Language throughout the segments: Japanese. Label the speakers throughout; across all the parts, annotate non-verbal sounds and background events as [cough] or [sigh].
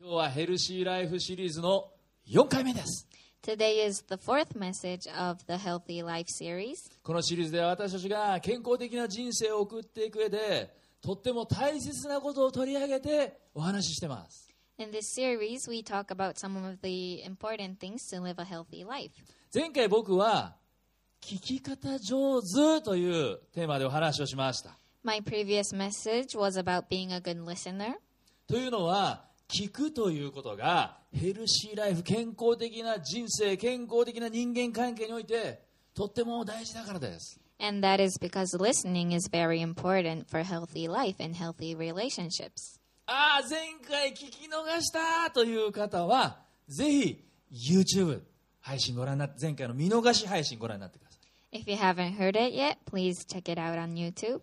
Speaker 1: 今日はヘルシーライフシリーズの4回目です。
Speaker 2: Today is the fourth message of the Healthy Life series.
Speaker 1: このシリーズでは私たちが健康的な人生を送っていく上で、とっても大切なことを取り上げてお話ししてます。
Speaker 2: In this series, we talk about some of the important things to live a healthy life.
Speaker 1: 前回僕は、聞き方上手というテーマでお話をしました。
Speaker 2: My previous message was about being a good listener.
Speaker 1: というのは、聞くということがヘルシーライフ、健康的な人生、健康的な人間関係において、とっても大事だからです。
Speaker 2: And that is because listening is very important for healthy life and healthy relationships.
Speaker 1: ああ、前回聞き逃したという方は、ぜひ YouTube 配信ご覧になって、前回の見逃し配信ご覧になってください。
Speaker 2: If you haven't heard it yet, please check it out on YouTube.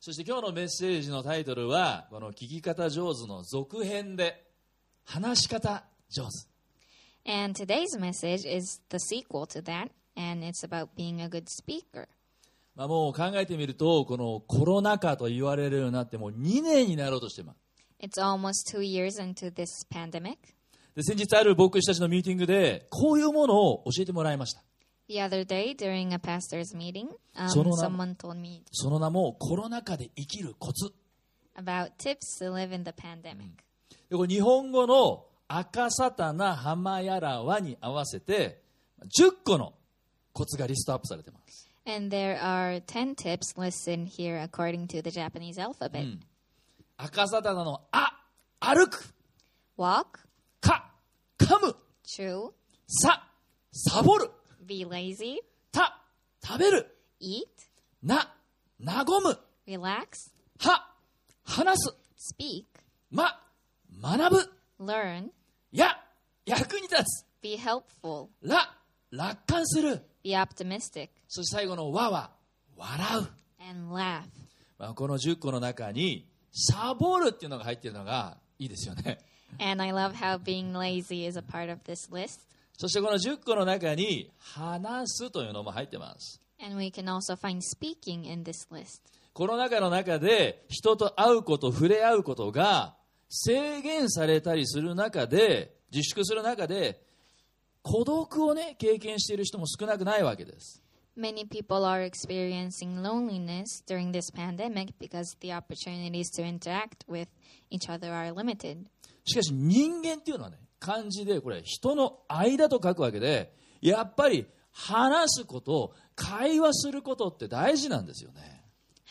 Speaker 1: そして今日のメッセージのタイトルは、この聞き方上手の続編で、話し方上手。
Speaker 2: And today's message is the sequel to that, and it's about being a good speaker.
Speaker 1: まあもう考えてみると、このコロナ禍と言われるようになってもう2年になろうとしてます。
Speaker 2: It's almost two years into this pandemic.
Speaker 1: で先日ある僕たちのミーティングで、こういうものを教えてもらいました。
Speaker 2: The other day during a pastor's meeting, um,
Speaker 1: その名も-
Speaker 2: someone told me
Speaker 1: その名もコロナ禍で生きるコツ。
Speaker 2: about tips to live in the pandemic.
Speaker 1: でこれ日本語の赤さたな浜やらわに合わせて10個のコツがリストアップされてます。
Speaker 2: And there are 10 tips listed here according to the Japanese alphabet
Speaker 1: 赤さたなのあ、歩く、
Speaker 2: walk,
Speaker 1: か、噛む、
Speaker 2: chew,
Speaker 1: さ、サボる、
Speaker 2: be lazy,
Speaker 1: た、食べる、
Speaker 2: eat,
Speaker 1: な、和む、
Speaker 2: relax,
Speaker 1: は、話す、
Speaker 2: speak,
Speaker 1: ま、学ぶ、
Speaker 2: learn,
Speaker 1: や、役に立つ、
Speaker 2: be helpful,
Speaker 1: ら、楽観する、
Speaker 2: be optimistic,
Speaker 1: そして最後のわは、笑う。
Speaker 2: and laugh.
Speaker 1: まあ、この10個の中にサボるっていうのが入ってるのがいいですよね [laughs]
Speaker 2: And I love how being lazy is a part of this list.
Speaker 1: そしてこの10個の中に話すというのも入ってます
Speaker 2: And we can also find speaking in this list.
Speaker 1: コロナ禍の中で人と会うこと触れ合うことが制限されたりする中で自粛する中で孤独をね経験している人も少なくないわけです
Speaker 2: Many people are experiencing loneliness during this pandemic because the opportunities to interact with each other are limited.
Speaker 1: しかし人間っていうのはね漢字でこれ人の間と書くわけでやっぱり話すこと会話することって大事なんですよね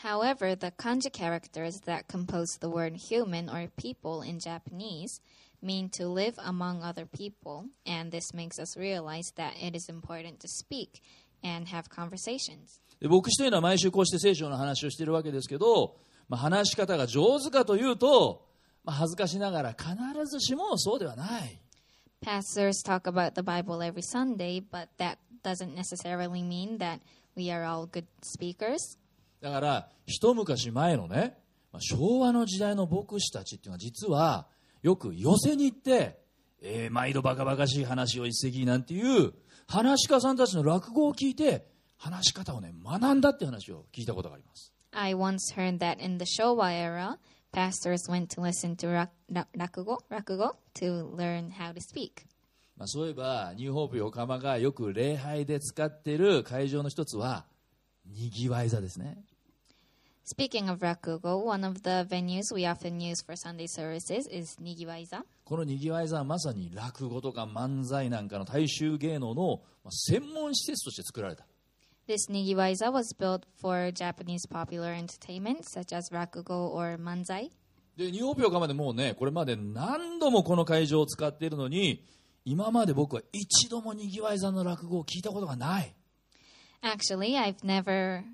Speaker 2: However, the kanji characters that compose the word human or people in Japanese mean to live among other people, and this makes us realize that it is important to speak and have conversations.
Speaker 1: で牧師というのは毎週こうして聖書の話をしているわけですけど、まあ、話し方が上手かというと、まあ、恥ずかしながら必ずしもそうではない、
Speaker 2: Pastors talk about the Bible every Sunday, but that doesn't necessarily mean that we are all good speakers.
Speaker 1: だから一昔前のね、まあ、昭和の時代の牧師たちっていうのは実はよく寄せに行って、えー毎度バカバカしい話を一石なんていう話し家さんたちの落語を聞いて話し方をね学んだっていう話を聞いたことがあります。
Speaker 2: I once heard that in the Showa era, pastors went to listen to rak- ra- rakugo, rakugo to learn how to speak.
Speaker 1: まあ、そういえばニューホープ横浜がよく礼拝で使っている会場の一つはにぎわい座ですね
Speaker 2: Speaking of rakugo, one of the venues we often use for Sunday services is nigiwaiza.
Speaker 1: このにぎわい座はまさに落語とか漫才なんかの大衆芸能のまあ専門施設として作られた
Speaker 2: This nigiwaiza was built for Japanese popular entertainment such as rakugo or manzai.
Speaker 1: でニューホープ横浜でもうねこれまで何度もこの会場を使っているのに今まで僕は一度もにぎわい座の落語を聞いたことがない
Speaker 2: Actually, I've never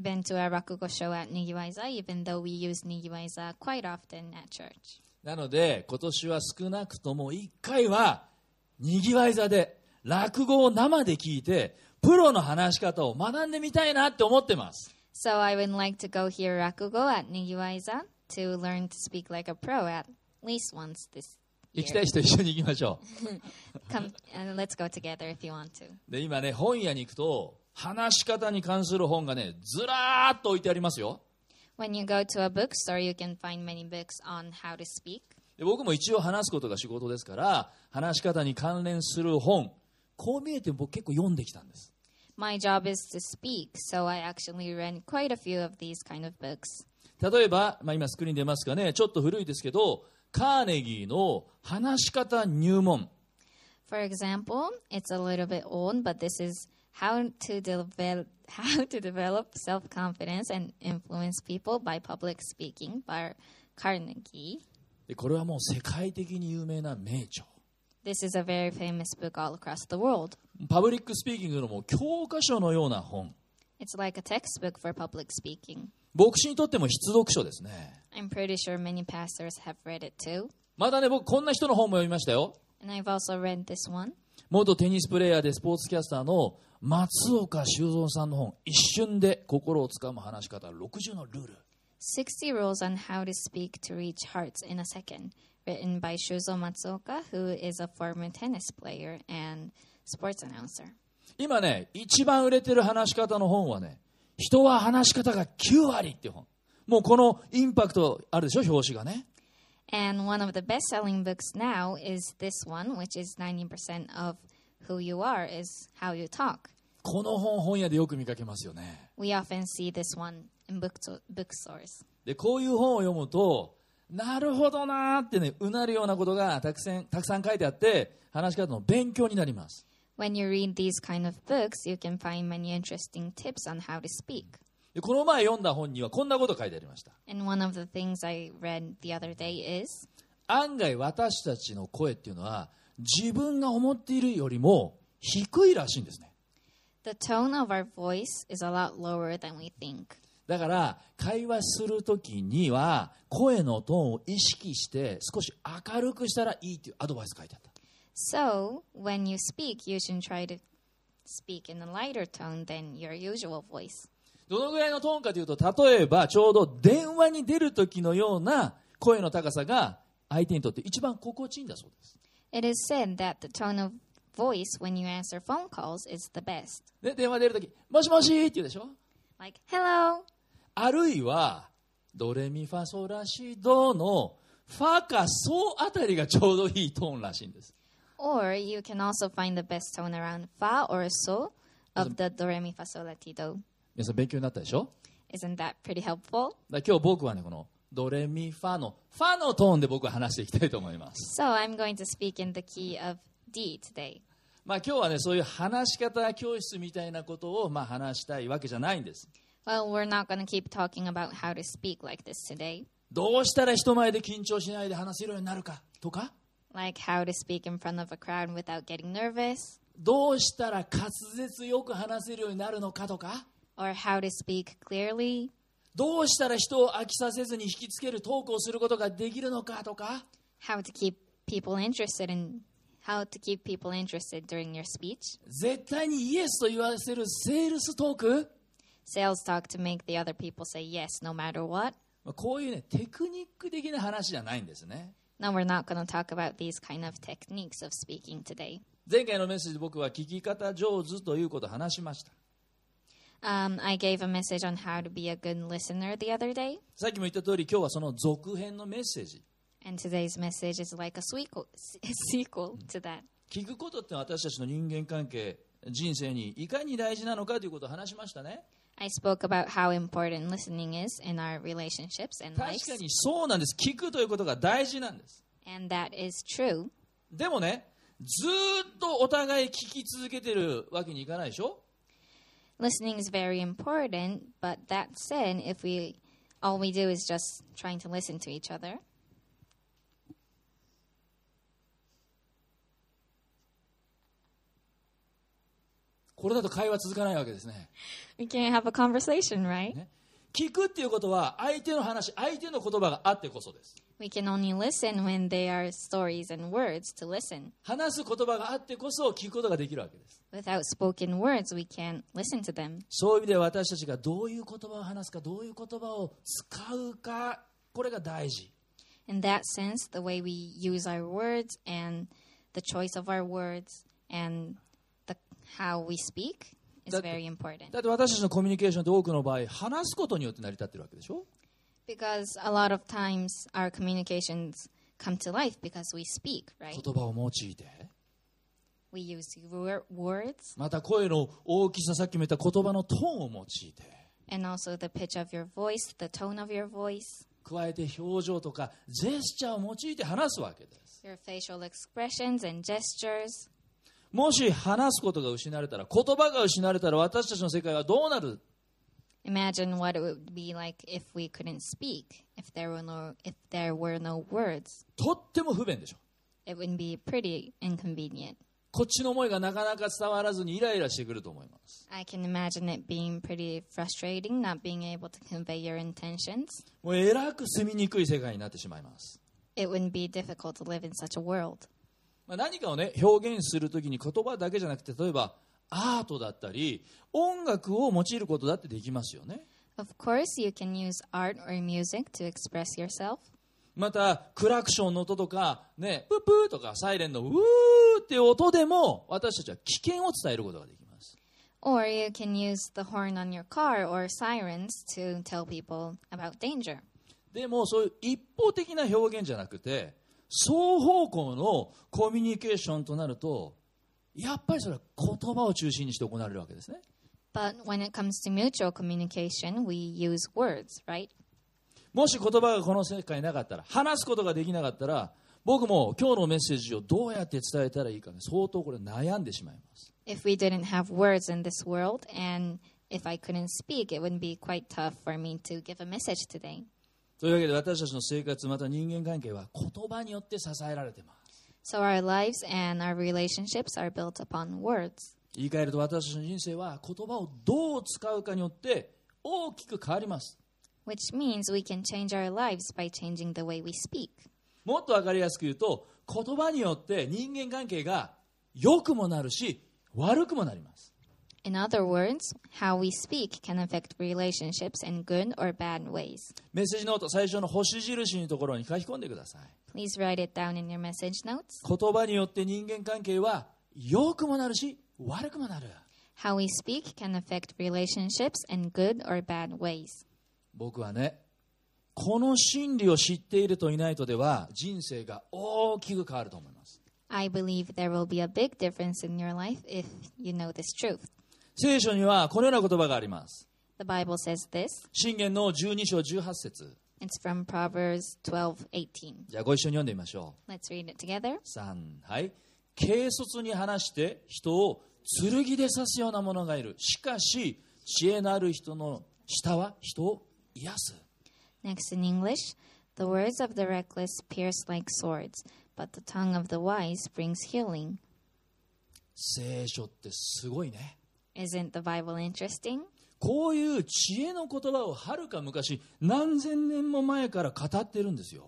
Speaker 2: been to a rakugo show at nigiwaiza, even though we use nigiwaiza quite often at church.
Speaker 1: なので今年は少なくとも1回はにぎわい座で落語を生で聞いてプロの話し方を学んでみたいなって思ってます。
Speaker 2: So I would like to go hear Rakugo at Nigiwaiza to learn to speak like a pro at least once this
Speaker 1: 行きた
Speaker 2: year.
Speaker 1: い人一緒に行きましょ
Speaker 2: [laughs] Come and let's go together if you want to.
Speaker 1: う。で今ね本屋に行くと話し方に関する本がねずらーっと置いてありますよ。
Speaker 2: When you go to a bookstore, you can find many books on how to speak.
Speaker 1: でで僕も一応話すことが仕事ですから話し方に関連する本こう見えて僕結構読んできたんです
Speaker 2: My job is to speak, so I actually read quite a few of these kind of books.
Speaker 1: 例えば、まあ、今スクリーン出ますかねちょっと古いですけどカーネギーの話し方入門
Speaker 2: For example, it's a little bit old, but this is how to develop [laughs] how to develop self-confidence and influence people by public speaking by Carnegie.
Speaker 1: でこれはもう世界的に有名な名著
Speaker 2: This is a very famous book all across the world.
Speaker 1: パブリックスピーキングのもう教科書のような本
Speaker 2: It's like a textbook for public speaking.
Speaker 1: 牧師にとっても必読書ですね
Speaker 2: I'm pretty sure many pastors have read it too.
Speaker 1: またね僕こんな人の本も読みましたよ
Speaker 2: And I've also read this one.
Speaker 1: 元テニスプレーヤーでスポーツキャスターの松岡修造さんの本「一瞬で心をつかむ話し方60のルール
Speaker 2: 60 Rules on How to Speak to Reach Hearts in a Second, written by Shuzo Matsuoka, who is a former tennis player and sports announcer.」
Speaker 1: 今ね一番売れてる話し方の本はね「人は話し方が9割」っていう本もうこのインパクトあるでしょ表紙がね
Speaker 2: And one of the best selling books now is this one, which is 90% of who you are is how you talk.
Speaker 1: この本本屋でよく見かけますよね
Speaker 2: We often see this one in book bookstores.
Speaker 1: でこういう本を読むとなるほどなーってねうなるようなことがたくさんたくさん書いてあって話し方の勉強になります
Speaker 2: When you read these kind of books, you can find many interesting tips on how to speak.
Speaker 1: でこの前読んだ本にはこんなこと書いてありました
Speaker 2: And one of the things I read the other day is
Speaker 1: 案外私たちの声っていうのは自分が思っているよりも低いらしいんですね
Speaker 2: the tone of our voice is a lot lower than we think.
Speaker 1: だから会話するときには声のトーンを意識して少し明るくしたらいいっていうアドバイス書いてあった
Speaker 2: So, when you speak, you should try to speak in a lighter tone than your usual voice.
Speaker 1: どのぐらいのトーンかというと例えばちょうど電話に出るときのような声の高さが相手にとって一番心地いいんだそうです
Speaker 2: It is said that the tone of voice when you answer phone calls is the best.
Speaker 1: で電話出るとき「もしもし」って言うでしょ
Speaker 2: Like, hello,
Speaker 1: あるいはドレミファソラシドのファかソあたりがちょうどいいトーンらしいんです
Speaker 2: Or you can also find the best tone around fa or so of the do re mi fa sol la ti do.
Speaker 1: 皆さん勉強になったでしょ
Speaker 2: Isn't that pretty helpful?
Speaker 1: だから今日僕はねこのドレミファのファのトーンで僕は話していきたいと思います
Speaker 2: So I'm going to speak in the key of D today.
Speaker 1: まあ今日はねそういう話し方教室みたいなことをまあ話したいわけじゃないんです
Speaker 2: Well, we're not going to keep talking about how to speak like this today,
Speaker 1: どうしたら人前で緊張しないで話せるようになるかとか
Speaker 2: like how to speak in front of a crowd without getting nervous,
Speaker 1: どうしたら滑舌よく話せるようになるのかとか
Speaker 2: or how to speak clearly,
Speaker 1: どうしたら人を飽きさせずに引きつけるトークをすることができるのかとか
Speaker 2: how to keep people interested in how to keep people interested during your speech,
Speaker 1: 絶対にイエスと言わせるセールストーク
Speaker 2: sales talk to make the other people say yes no matter what.
Speaker 1: まあこういうねテクニック的な話じゃないんですね
Speaker 2: No, we're not going to talk about these kind of techniques of speaking today.
Speaker 1: 前回のメッセージで僕は聞き方上手ということを話しました
Speaker 2: Um, I gave a message on how to be a good listener the other day,
Speaker 1: さっきも言った通り今日はその続編のメッセージ
Speaker 2: and today's message is like a sequel, [laughs] sequel to that.
Speaker 1: 聞くことってのは私たちの人間関係人生にいかに大事なのかということを話しましたね
Speaker 2: I spoke about how important listening is in our relationships and
Speaker 1: 確
Speaker 2: lives,
Speaker 1: かにそうなんです聞くということが大事なんです
Speaker 2: and that is true.
Speaker 1: でもねずーっとお互い聞き続けてるわけにいかないでしょ
Speaker 2: Listening is very important, but that said, if we all we do is just trying to listen to each other,
Speaker 1: これだと会話続かないわけですね
Speaker 2: we can't have a conversation, right?
Speaker 1: ね聞くっていうことは相手の話相手の言葉があってこそです
Speaker 2: We can only listen when there are stories and words to listen.
Speaker 1: 話す言葉があってこそ聞くことができるわけです
Speaker 2: Without spoken words, we can't listen to them.
Speaker 1: そういう意味で私たちがどういう言葉を話すかどういう言葉を使うかこれが大事
Speaker 2: In that sense, the way we use our words and the choice of our words and the, how we speak is
Speaker 1: That-
Speaker 2: very important.
Speaker 1: だって私たちのコミュニケーションって多くの場合話すことによって成り立ってるわけでしょ
Speaker 2: Because a lot of times our communications come to life because we speak, right?
Speaker 1: 言葉を用いて
Speaker 2: We use wor- words
Speaker 1: また声の大きささっきも言った言葉のトーンを用いて
Speaker 2: and also the pitch of your voice, the tone of your voice,
Speaker 1: 加えて表情とかジェスチャーを用いて話すわけです
Speaker 2: your facial expressions and gestures.
Speaker 1: もし話すことが失われたら言葉が失われたら私たちの世界はどうなる
Speaker 2: Imagine what it would be like if we couldn't speak, if there were no if there were no words.
Speaker 1: とっても不便でしょ
Speaker 2: It would be pretty inconvenient.
Speaker 1: こっちの思いがなかなか伝わらずにイライラしてくると思います
Speaker 2: I can imagine it being pretty frustrating not being able to convey your intentions.
Speaker 1: もうえらく住みにくい世界になってしまいます、
Speaker 2: It wouldn't be difficult to live in such a world.
Speaker 1: まあ、何かをね表現するときに言葉だけじゃなくて例えばアートだったり音楽を用いることだってできますよね
Speaker 2: Of course, you can use art or music to express yourself.
Speaker 1: またクラクションの音とかねプープーとかサイレンのウーっていう音でも私たちは危険を伝えることができます
Speaker 2: Or you can use the horn on your car or sirens to tell people about danger.
Speaker 1: でもそういう一方的な表現じゃなくて双方向のコミュニケーションとなるとやっぱりそれは言葉を中心にして行われるわけですね
Speaker 2: But when it comes to mutual communication, we use words, right?
Speaker 1: もし言葉がこの世界になかったら話すことができなかったら僕も今日のメッセージをどうやって伝えたらいいかね相当これ悩んでしまいます
Speaker 2: If we didn't have words in this world, and if I couldn't speak, it would be quite tough for me to give a message today.
Speaker 1: というわけで私たちの生活また人間関係は言葉によって支えられてます
Speaker 2: So our lives and our relationships are built upon words.
Speaker 1: 言い換えると私たちの人生は言葉をどう使うかによって大きく変わります
Speaker 2: Which means we can change our lives by changing the way we speak.
Speaker 1: もっと分かりやすく言うと言葉によって人間関係が良くもなるし悪くもなります
Speaker 2: In other words, how we speak can affect relationships in good or bad ways.
Speaker 1: メッセージノート最初の星印のところに書き込んでください
Speaker 2: Please write it down in your message notes.
Speaker 1: 言葉によって人間関係は良くもなるし悪くもなる
Speaker 2: How we speak can affect relationships in good or bad ways.
Speaker 1: 僕はねこの真理を知っているといないとでは人生が大きく変わると思います
Speaker 2: I believe there will be a big difference in your life if you know this truth.
Speaker 1: 聖書にはこのような言葉があります
Speaker 2: The Bible says this.
Speaker 1: 信玄の12章18節
Speaker 2: It's from Proverbs 12:18.
Speaker 1: じゃあご一緒に読んでみましょう
Speaker 2: Let's read it together.
Speaker 1: 三はい軽率に話して人を剣で刺すようなものがいるしかし知恵のある人の舌は人を癒す
Speaker 2: Next in English, the words of the reckless pierce like swords, but the tongue of the wise brings healing.
Speaker 1: 聖書ってすごいね
Speaker 2: Isn't the Bible interesting?
Speaker 1: こういう知恵の言葉をはるか昔何千年も前から語ってるんですよ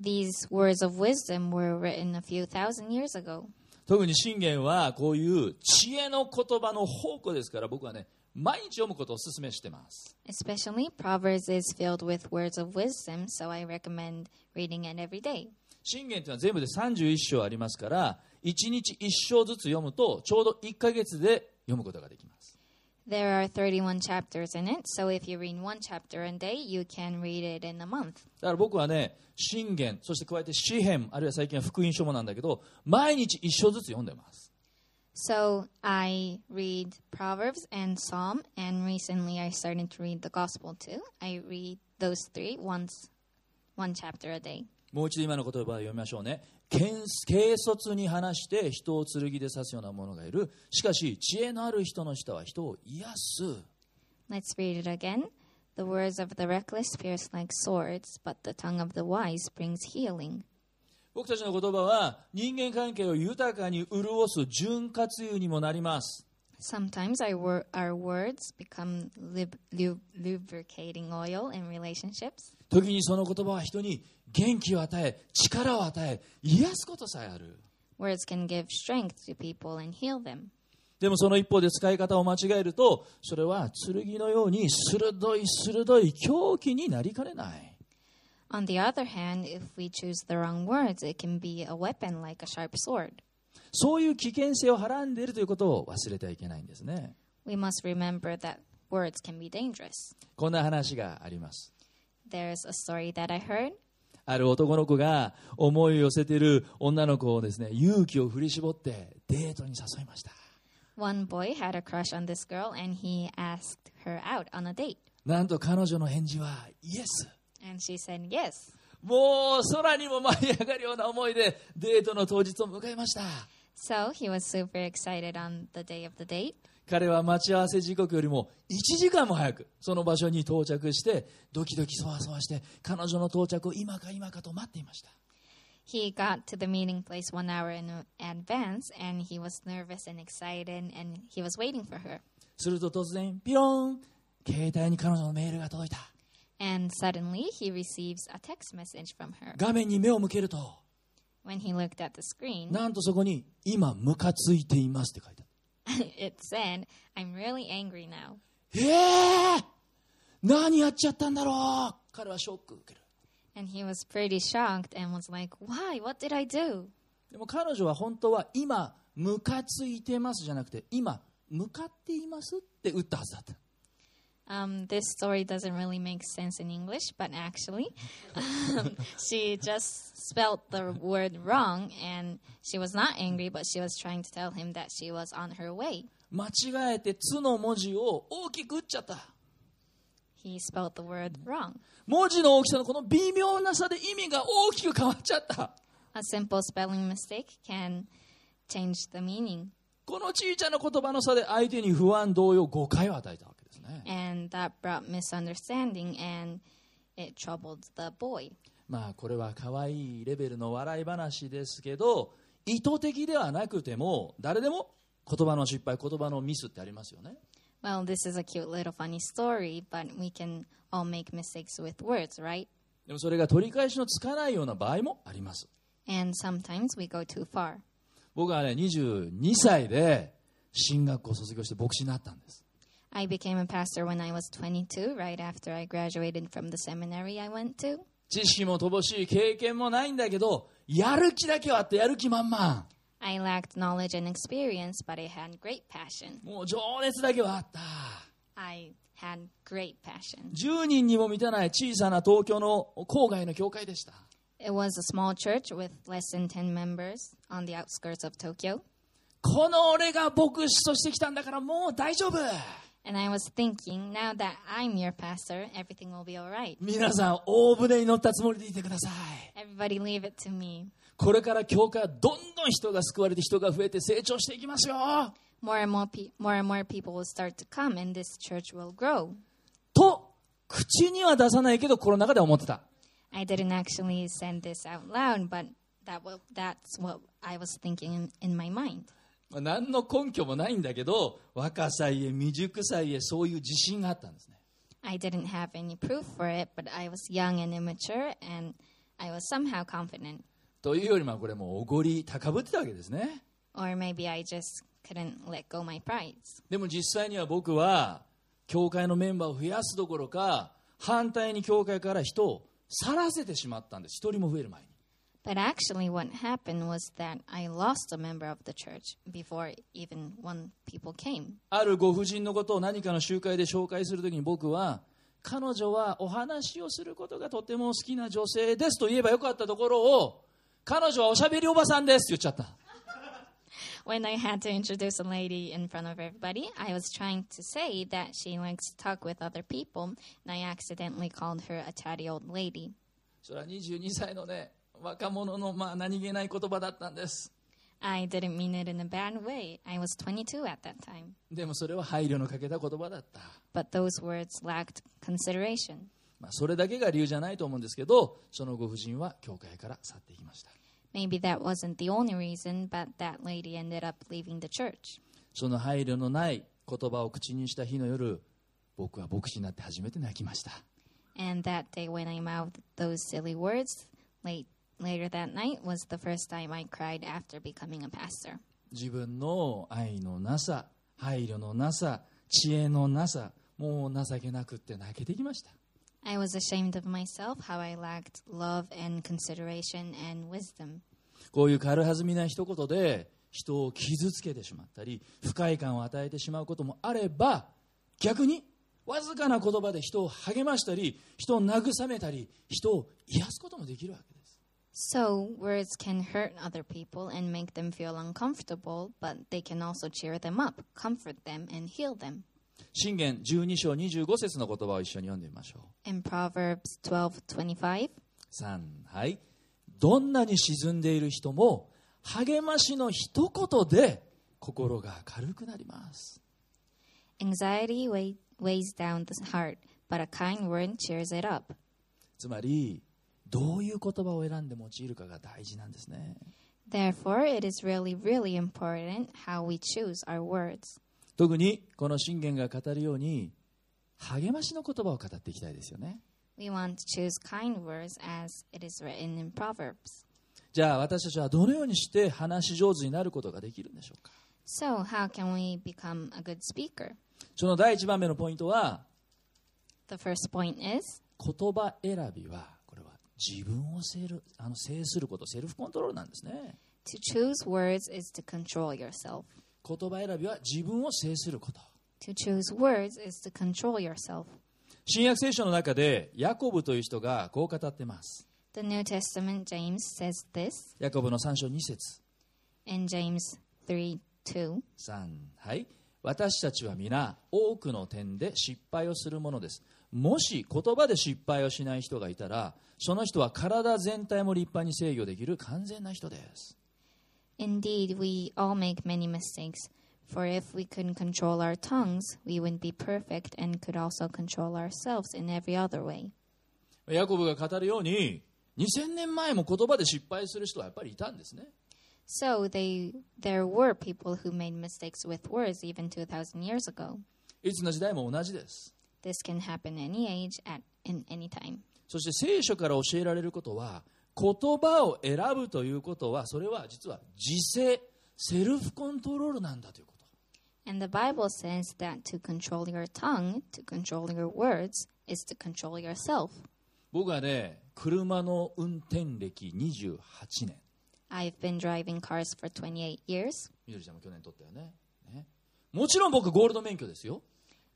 Speaker 2: These words of wisdom were written a few thousand years ago.
Speaker 1: 特に信玄はこういう知恵の言葉の宝庫ですから僕はね毎日読むことをお勧めしてます
Speaker 2: Especially, Proverbs is filled with words of wisdom, so I recommend reading it every day.
Speaker 1: 信玄というのは全部で31章ありますから1日1章ずつ読むとちょうど1ヶ月で読むことができます
Speaker 2: There are 31 chapters in it, so if you read one chapter a day, you can read it in a month.
Speaker 1: だから僕はね信玄そして加えて詩篇あるいは最近は福音書もなんだけど毎日1章ずつ読んでます
Speaker 2: So I read Proverbs and Psalm, and recently I started to read the Gospel too. I read those three once, one chapter a day.
Speaker 1: もう一度今の言葉を読みましょうね軽軽率に話して人を剣で刺すような者がいるしかし知恵のある人の舌は人を癒す
Speaker 2: Let's read it again. The words of the reckless pierce like swords, but the tongue of the wise brings healing.
Speaker 1: 僕たちの言葉は人間関係を豊かに潤す潤滑油にもなります
Speaker 2: Sometimes our, wor- our words become lib- lub- lubricating oil in relationships.
Speaker 1: 時にその言葉は人に元気を与え力を与え癒すことさえある
Speaker 2: Words can give strength to people and heal them.
Speaker 1: でもその一方で使い方を間違えるとそれは剣のように鋭い鋭い狂気になりかねない
Speaker 2: On the other hand, if we choose the wrong words, it can be a weapon like a sharp sword.
Speaker 1: そういう危険性をはらんでいるということを忘れてはいけないんですね
Speaker 2: We must remember that words can be dangerous.
Speaker 1: こんな話があります
Speaker 2: There's a story that I heard.
Speaker 1: あある男の子が思いを寄せている女の子をですね、勇気を振り絞ってデートに誘いました。
Speaker 2: One boy had a crush on this girl and he asked her out on a date.
Speaker 1: なんと彼女の返事はイエス。
Speaker 2: And she said yes.
Speaker 1: もう空にも舞い上がるような思いでデートの当日を迎えました。
Speaker 2: So he was super excited on the day of the date.
Speaker 1: 彼は待ち合わせ時刻よりも1時間も早くその場所に到着してドキドキそわそわして彼女の到着を今か今かと待っていました
Speaker 2: He got to the meeting place one hour in advance and he was nervous and excited and he was waiting for her.
Speaker 1: すると突然ピローン携帯に彼女のメールが届いた
Speaker 2: And suddenly he receives a text message from her.
Speaker 1: 画面に目を向けると
Speaker 2: When he looked at the screen,
Speaker 1: なんとそこに「今ムカついています」って書いてある
Speaker 2: [laughs] it said, I'm really angry now.
Speaker 1: ええー、何やっちゃったんだろう彼はショックを受ける
Speaker 2: And he was pretty shocked and was like, Why? What did I do?
Speaker 1: でも彼女は本当は「今ムカついてます」じゃなくて「今向かっています」って打ったはずだった
Speaker 2: Um, this story doesn't really make sense in English, but actually, [laughs] um, she just spelled the word wrong and she was not angry, but she was trying to tell him that she was on her way.
Speaker 1: 間違えて「つ」の文字を大きく打っちゃった
Speaker 2: He spelled the word wrong.
Speaker 1: 文字の大きさのこの微妙な差で意味が大きく変わっちゃった
Speaker 2: A simple spelling mistake can change the meaning,
Speaker 1: この小さな言葉の差で相手に不安動揺誤解を与えたわけですね
Speaker 2: and that brought misunderstanding and it troubled the boy.
Speaker 1: まあこれは可愛いレベルの笑い話ですけど意図的ではなくても誰でも言葉の失敗言葉のミスってありますよね
Speaker 2: Well, this is a cute little funny story, but we can all make mistakes with words, right?
Speaker 1: でもそれが取り返しのつかないような場合もあります
Speaker 2: And sometimes we go too far.
Speaker 1: 僕はね22歳で進学校を卒業して牧師になったんです
Speaker 2: I became a pastor when I was 22, right after I graduated from the seminary I went to.
Speaker 1: 知識も乏しい経験もないんだけどやる気だけはあってやる気満々
Speaker 2: I lacked knowledge and experience, but I had great passion.
Speaker 1: もう情熱だけはあった
Speaker 2: I had great passion.
Speaker 1: 10人にも満たない小さな東京の郊外の教会でした
Speaker 2: It was a small church with less than 10 members on the outskirts of Tokyo.
Speaker 1: この俺が牧師としてきたんだからもう大丈夫
Speaker 2: And I was thinking, now that I'm your pastor, everything will be all right.
Speaker 1: 皆さん大船に乗ったつもりでいてください
Speaker 2: Everybody leave it to me.
Speaker 1: これから教会はどんどん人が救われて人が増えて成長していきますよ
Speaker 2: More and more, pe- more and more people will start to come, and this church will grow.
Speaker 1: と口には出さないけど心の中では思ってた
Speaker 2: I didn't actually send this out loud, but that wa- that's what I was thinking in, in my mind.
Speaker 1: まあ何の根拠もないんだけど若さゆえ未熟さゆえそういう自信があったんですね
Speaker 2: I didn't have any proof for it, but I was young and immature, and I was somehow confident.
Speaker 1: というよりまあこれもうおごり高ぶってたわけですね
Speaker 2: Or maybe I just couldn't let go my pride.
Speaker 1: でも実際には僕は教会のメンバーを増やすどころか反対に教会から人を去らせてしまったんです一人も増える前に
Speaker 2: But actually, what happened was that I lost a member of the church before even one people came.
Speaker 1: あるご婦人のことを何かの集会で紹介するときに僕は彼女はお話をすることがとても好きな女性ですと言えばよかったところを彼女はおしゃべりおばさんですって言っちゃった
Speaker 2: When I had to introduce a lady in front of everybody, I was trying to say that she likes to talk with other people, and I accidentally called her a chatty old lady.
Speaker 1: それは22歳のね若者のまあ何気ない言葉だったんです
Speaker 2: I didn't mean it in a bad way. I was 22 at that time.
Speaker 1: でもそれは配慮のかけた言葉だった、
Speaker 2: But those words lacked consideration.
Speaker 1: まあ、それだけが理由じゃないと思うんですけどそのご婦人は教会から去っていきました
Speaker 2: Maybe that wasn't the only reason, but that lady ended up leaving the church.
Speaker 1: その配慮のない言葉を口にした日の夜僕は牧師になって初めて泣きました
Speaker 2: And that day when I mouthed those silly words late later that night was the first time I cried after becoming a pastor.
Speaker 1: 自分の愛のなさ配慮のなさ知恵のなさもう情けなくって泣けてきました
Speaker 2: I was ashamed of myself how I lacked love and consideration and wisdom.
Speaker 1: こういう軽はずみな一言で人を傷つけてしまったり不快感を与えてしまうこともあれば逆にわずかな言葉で人を励ましたり人を慰めたり人を癒すこともできるわけです
Speaker 2: So, words can hurt other people and make them feel uncomfortable, but they can also cheer them up, comfort them, and heal them.
Speaker 1: 信玄12章25節の言葉を一緒に読んでみましょう
Speaker 2: In Proverbs 12:25,
Speaker 1: 3はいどんなに沈んでいる人も励ましの一言で心が軽くなります
Speaker 2: anxiety weigh- weighs down the heart, but a kind word cheers it up.
Speaker 1: つまりどういう言葉を選んで用いるかが大事なんですね
Speaker 2: Therefore, it is really, really important how we choose our words.
Speaker 1: 特にこの信玄が語るように励ましの言葉を語っていきたいですよね
Speaker 2: We want to choose kind words as it is written in Proverbs.
Speaker 1: じゃあ私たちはどのようにして話し上手になることができるんでしょうか
Speaker 2: So, how can we become a good speaker?
Speaker 1: その第一番目のポイントは
Speaker 2: The first point is
Speaker 1: 言葉選びはこれは自分を制るあの制することセルフコントロールなんですね
Speaker 2: to choose words is to control yourself.
Speaker 1: 言葉選びは自分を制すること
Speaker 2: To choose words is to control yourself.
Speaker 1: 新約聖書の中でヤコブという人がこう語ってます。
Speaker 2: The New Testament James says this
Speaker 1: ヤコブの3章2節
Speaker 2: in James 3 2.
Speaker 1: 3はい私たちは皆多くの点で失敗をするものです。もし言葉で失敗をしない人がいたらその人は体全体も立派に制御できる完全な人です。
Speaker 2: Indeed, we all make many mistakes, for if we couldn't control our tongues, we wouldn't be perfect and could also control ourselves in every other way.
Speaker 1: ヤコブが語るように2000年前も言葉で失敗する人はやっぱりいたんですね。
Speaker 2: So they there were people who made mistakes with words even 2000 years ago.
Speaker 1: いつの時代も同じです。
Speaker 2: This can happen any age at in any time.
Speaker 1: そして聖書から教えられることは言葉を選ぶということはそれは実は自制セルフコントロールなんだということ
Speaker 2: And the Bible says that to control your tongue, to control your words, is to control yourself.
Speaker 1: 僕はね車の運転歴28年
Speaker 2: I've been driving cars for 28 years,
Speaker 1: みどりちゃんも去年取ったよねねもちろん僕ゴールド免許ですよ、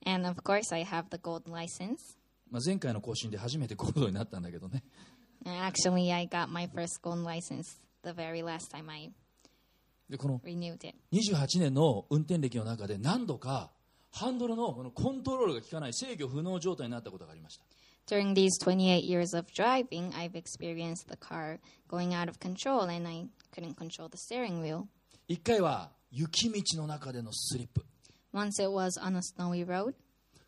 Speaker 2: and of course, I have the gold license.
Speaker 1: まあ、前回の更新で初めてゴールドになったんだけどね
Speaker 2: Actually, I got my first gold license the very last time I
Speaker 1: でこの
Speaker 2: renewed it.
Speaker 1: 28年の運転歴の中で何度かハンドルのこのコントロールが効かない制御不能状態になったことがありました
Speaker 2: During these 28 years of driving, I've experienced the car going out of control and I couldn't control the steering wheel.
Speaker 1: 1回は雪道の中でのスリップ
Speaker 2: Once it was on a snowy road,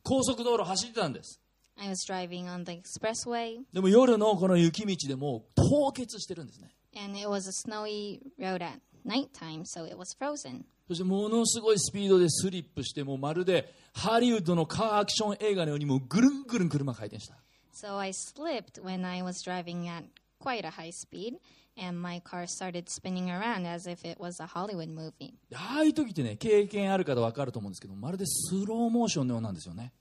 Speaker 1: 高速道路走ってたんです
Speaker 2: I was driving on the expressway
Speaker 1: でも夜のこの雪道でもう凍結してるんですね
Speaker 2: and it was a snowy road at nighttime, so it was frozen.
Speaker 1: そしてものすごいスピードでスリップしてもうまるでハリウッドのカーアクション映画のようにもうぐるんぐるん車回転した
Speaker 2: So I slipped when I was driving at quite a high speed and my car started spinning around as if it was a Hollywood movie.
Speaker 1: でああいう時ってね経験ある方わかると思うんですけどまるでスローモーションのようなんですよね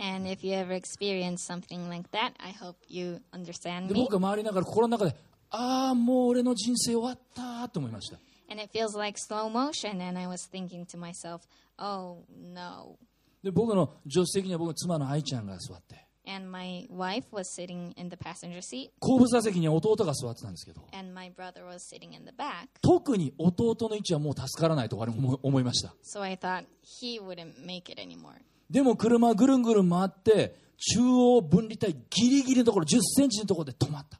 Speaker 2: And if you ever experience something like that, I hope you understand
Speaker 1: で
Speaker 2: me.
Speaker 1: 僕は周りながら心の中でああもう俺の人生終わったと思いました
Speaker 2: And it feels like slow motion. And I was thinking to myself, oh no.
Speaker 1: で僕の助手席には僕の妻の愛ちゃんが座って
Speaker 2: And my wife was sitting in the passenger seat,
Speaker 1: 後部座席には弟が座ってたんですけど
Speaker 2: and my brother was sitting in the back.
Speaker 1: 特に弟の位置はもう助からないと我々も思いました
Speaker 2: So I thought he wouldn't make it anymore.
Speaker 1: でも車ぐるんぐるん回って中央分離帯ギリギリのところ1 0ンチのところで止まった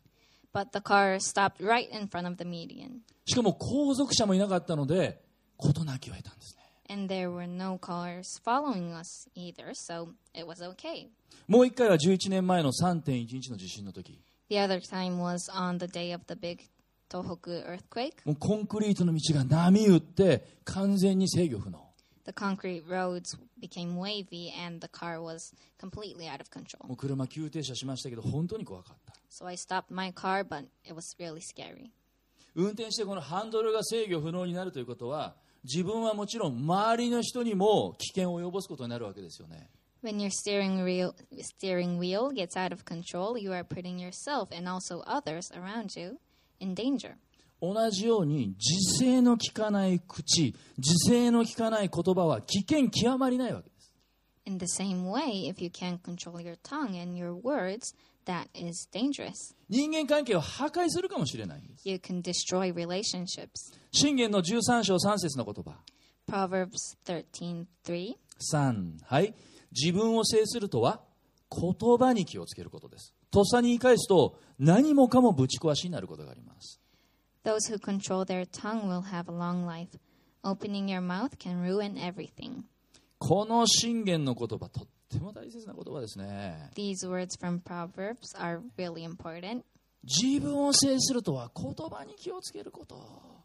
Speaker 2: But the car stopped right in front of the median,
Speaker 1: しかも後続車もいなかったので事なきを得たんですね
Speaker 2: and there were no cars following us either, so it was okay.
Speaker 1: もう1回は11年前の3.11の地震の時
Speaker 2: The other time was on the day of the big Tohoku earthquake.
Speaker 1: もうコンクリートの道が波打って完全に制御不能
Speaker 2: The concrete roads became wavy, and the car was completely out of control.
Speaker 1: もう車急停車しましたけど本当に怖かった
Speaker 2: So I stopped my car, but it was really scary.
Speaker 1: 運転してこのハンドルが制御不能になるということは自分はもちろん周りの人にも危険を及ぼすことになるわけですよね
Speaker 2: When your steering wheel, steering wheel gets out of control, you are putting yourself and also others around you in danger.
Speaker 1: 同じように自制の効かない口自制の効かない言葉は危険極まりないわけです
Speaker 2: In the same way, if you can't control your tongue and your words, that is dangerous.
Speaker 1: 人間関係を破壊するかもしれないんです。
Speaker 2: You can destroy relationships.
Speaker 1: 信玄の13章3節の言葉。
Speaker 2: Proverbs 13:3.
Speaker 1: 3はい自分を制するとは言葉に気をつけることですとっさに言い返すと何もかもぶち壊しになることがあります
Speaker 2: Those who control their tongue will have a long life. Opening your mouth can ruin everything.
Speaker 1: この信玄の言葉とっても大切な言葉ですね
Speaker 2: These words from Proverbs are really important.
Speaker 1: 自分を制するとは言葉に気をつけること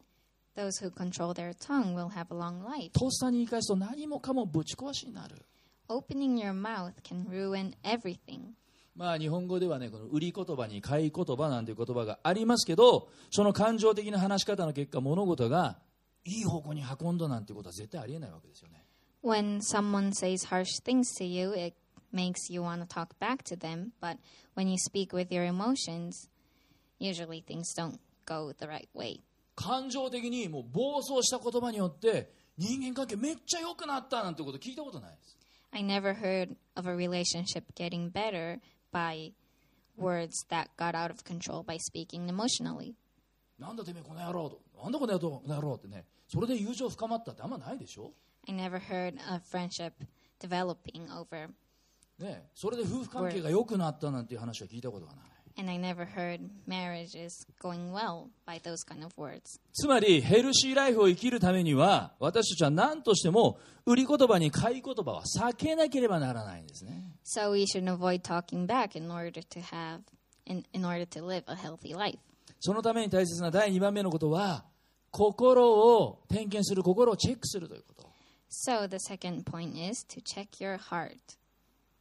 Speaker 2: Those who control their tongue will have a long life.
Speaker 1: とっさに言い返すと何もかもぶち壊しになる
Speaker 2: Opening your mouth can ruin everything.
Speaker 1: まあ日本語ではねこの売り言葉に買い言葉なんていう言葉がありますけどその感情的な話し方の結果物事がいい方向に運んだなんてことは絶対ありえないわけですよね
Speaker 2: When someone says harsh things to you, it makes you want to talk back to them, but when you speak with your emotions, usually things don't go the right way.
Speaker 1: 感情的にもう暴走した言葉によって人間関係めっちゃ良くなったなんてこと聞いたことないです
Speaker 2: I never heard of a relationship getting better by words that got out of control by speaking emotionally.
Speaker 1: なんだてめえこの野郎となんだこの野郎この野郎ってねそれで友情深まったってあんまないでしょ
Speaker 2: I never heard of friendship developing over,
Speaker 1: ねえそれで夫婦関係が良くなったなんていう話は聞いたことがない
Speaker 2: and I never heard marriages going well by those kind of words.
Speaker 1: つまりヘルシーライフを生きるためには私たちは何としても売り言葉に買い言葉は避けなければならないんですね
Speaker 2: So we should avoid talking back in order to have in, in order to live a healthy life.
Speaker 1: そのために大切な第2番目のことは心を点検する心をチェックするということ
Speaker 2: So the second point is to check your heart.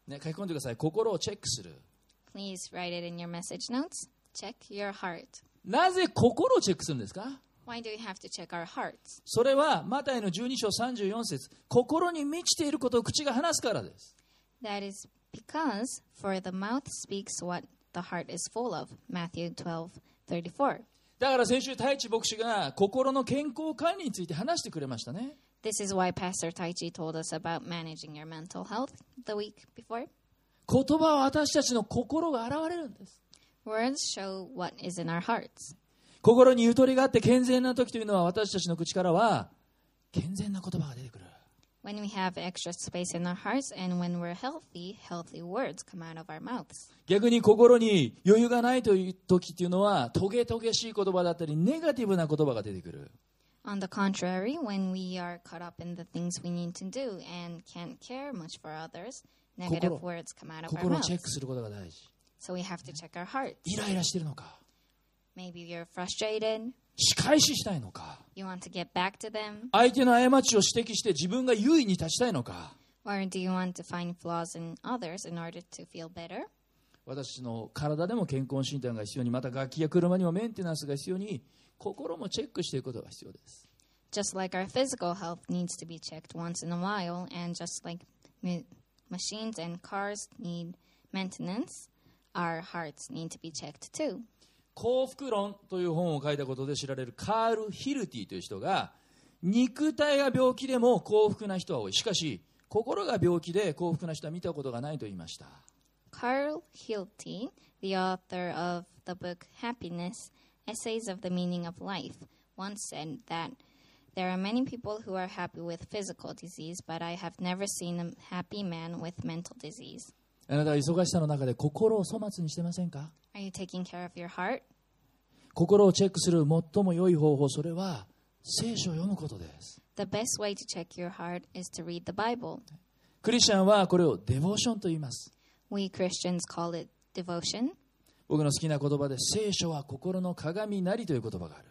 Speaker 1: ね書き込んでください心をチェックする
Speaker 2: Please write it in your message notes. Check your heart.
Speaker 1: なぜ心をチェックするんですか
Speaker 2: Why do we have to check our hearts?
Speaker 1: それはマタイの12章34節心に満ちていることを口が話すからです。
Speaker 2: That is because for the mouth speaks what the heart is full of. Matthew 12:34.
Speaker 1: だから先週、太一牧師が心の健康管理について話してくれましたね。
Speaker 2: This is why Pastor Taichi told us about managing your mental health the week before.
Speaker 1: 言葉は私たちの心が現れるんです。
Speaker 2: Words show what is in our hearts.
Speaker 1: 心にゆとりがあって健全な時というのは私たちの口からは健全な言葉が出てくる。
Speaker 2: When we have extra space in our hearts and when we're healthy, healthy words come out of our mouths.
Speaker 1: 逆に心に余裕がないという時っていうのはトゲトゲしい言葉だったりネガティブな言葉が出てくる。
Speaker 2: On the contrary, when we are caught up in the things we need to do and can't care much for others, negative
Speaker 1: 心。
Speaker 2: words come out of our
Speaker 1: 心をチェック
Speaker 2: mouths.
Speaker 1: することが大事。
Speaker 2: So we have to check our hearts.
Speaker 1: イライラしてるのか
Speaker 2: Maybe you're frustrated,
Speaker 1: 仕返ししたいのか
Speaker 2: you want to get back to them,
Speaker 1: 相手の過ちを指摘して自分が優位に立ちたいのか
Speaker 2: or do you want to find flaws in others in order to feel better?
Speaker 1: 私の体でも健康診断が必要にまた楽器や車にもメンテナンスが必要に心もチェックしていくことが必要です
Speaker 2: Just like our physical health needs to be checked once in a while, and just like ma- machines and cars need maintenance, our hearts need to be checked too.
Speaker 1: 幸福論という本を書いたことで知られるカール・ヒルティという人が肉体が病気でも幸福な人は多いしかし心が病気で幸福な人は見たことがないと言いました
Speaker 2: Carl Hilty, the author of the book Happiness Essays of the Meaning of Life, once said that there are many people who are happy with physical disease, but I have never seen a happy man with mental disease.
Speaker 1: あなたは忙しさの中で心を粗末にしてませんか
Speaker 2: Are you taking care of your heart?
Speaker 1: 心をチェックする最も良い方法それは聖書を読むことです
Speaker 2: The best way to check your heart is to read the Bible.
Speaker 1: クリスチャンはこれをデボーションと言います
Speaker 2: We Christians call it devotion.
Speaker 1: 僕の好きな言葉で聖書は心の鏡なりという言葉がある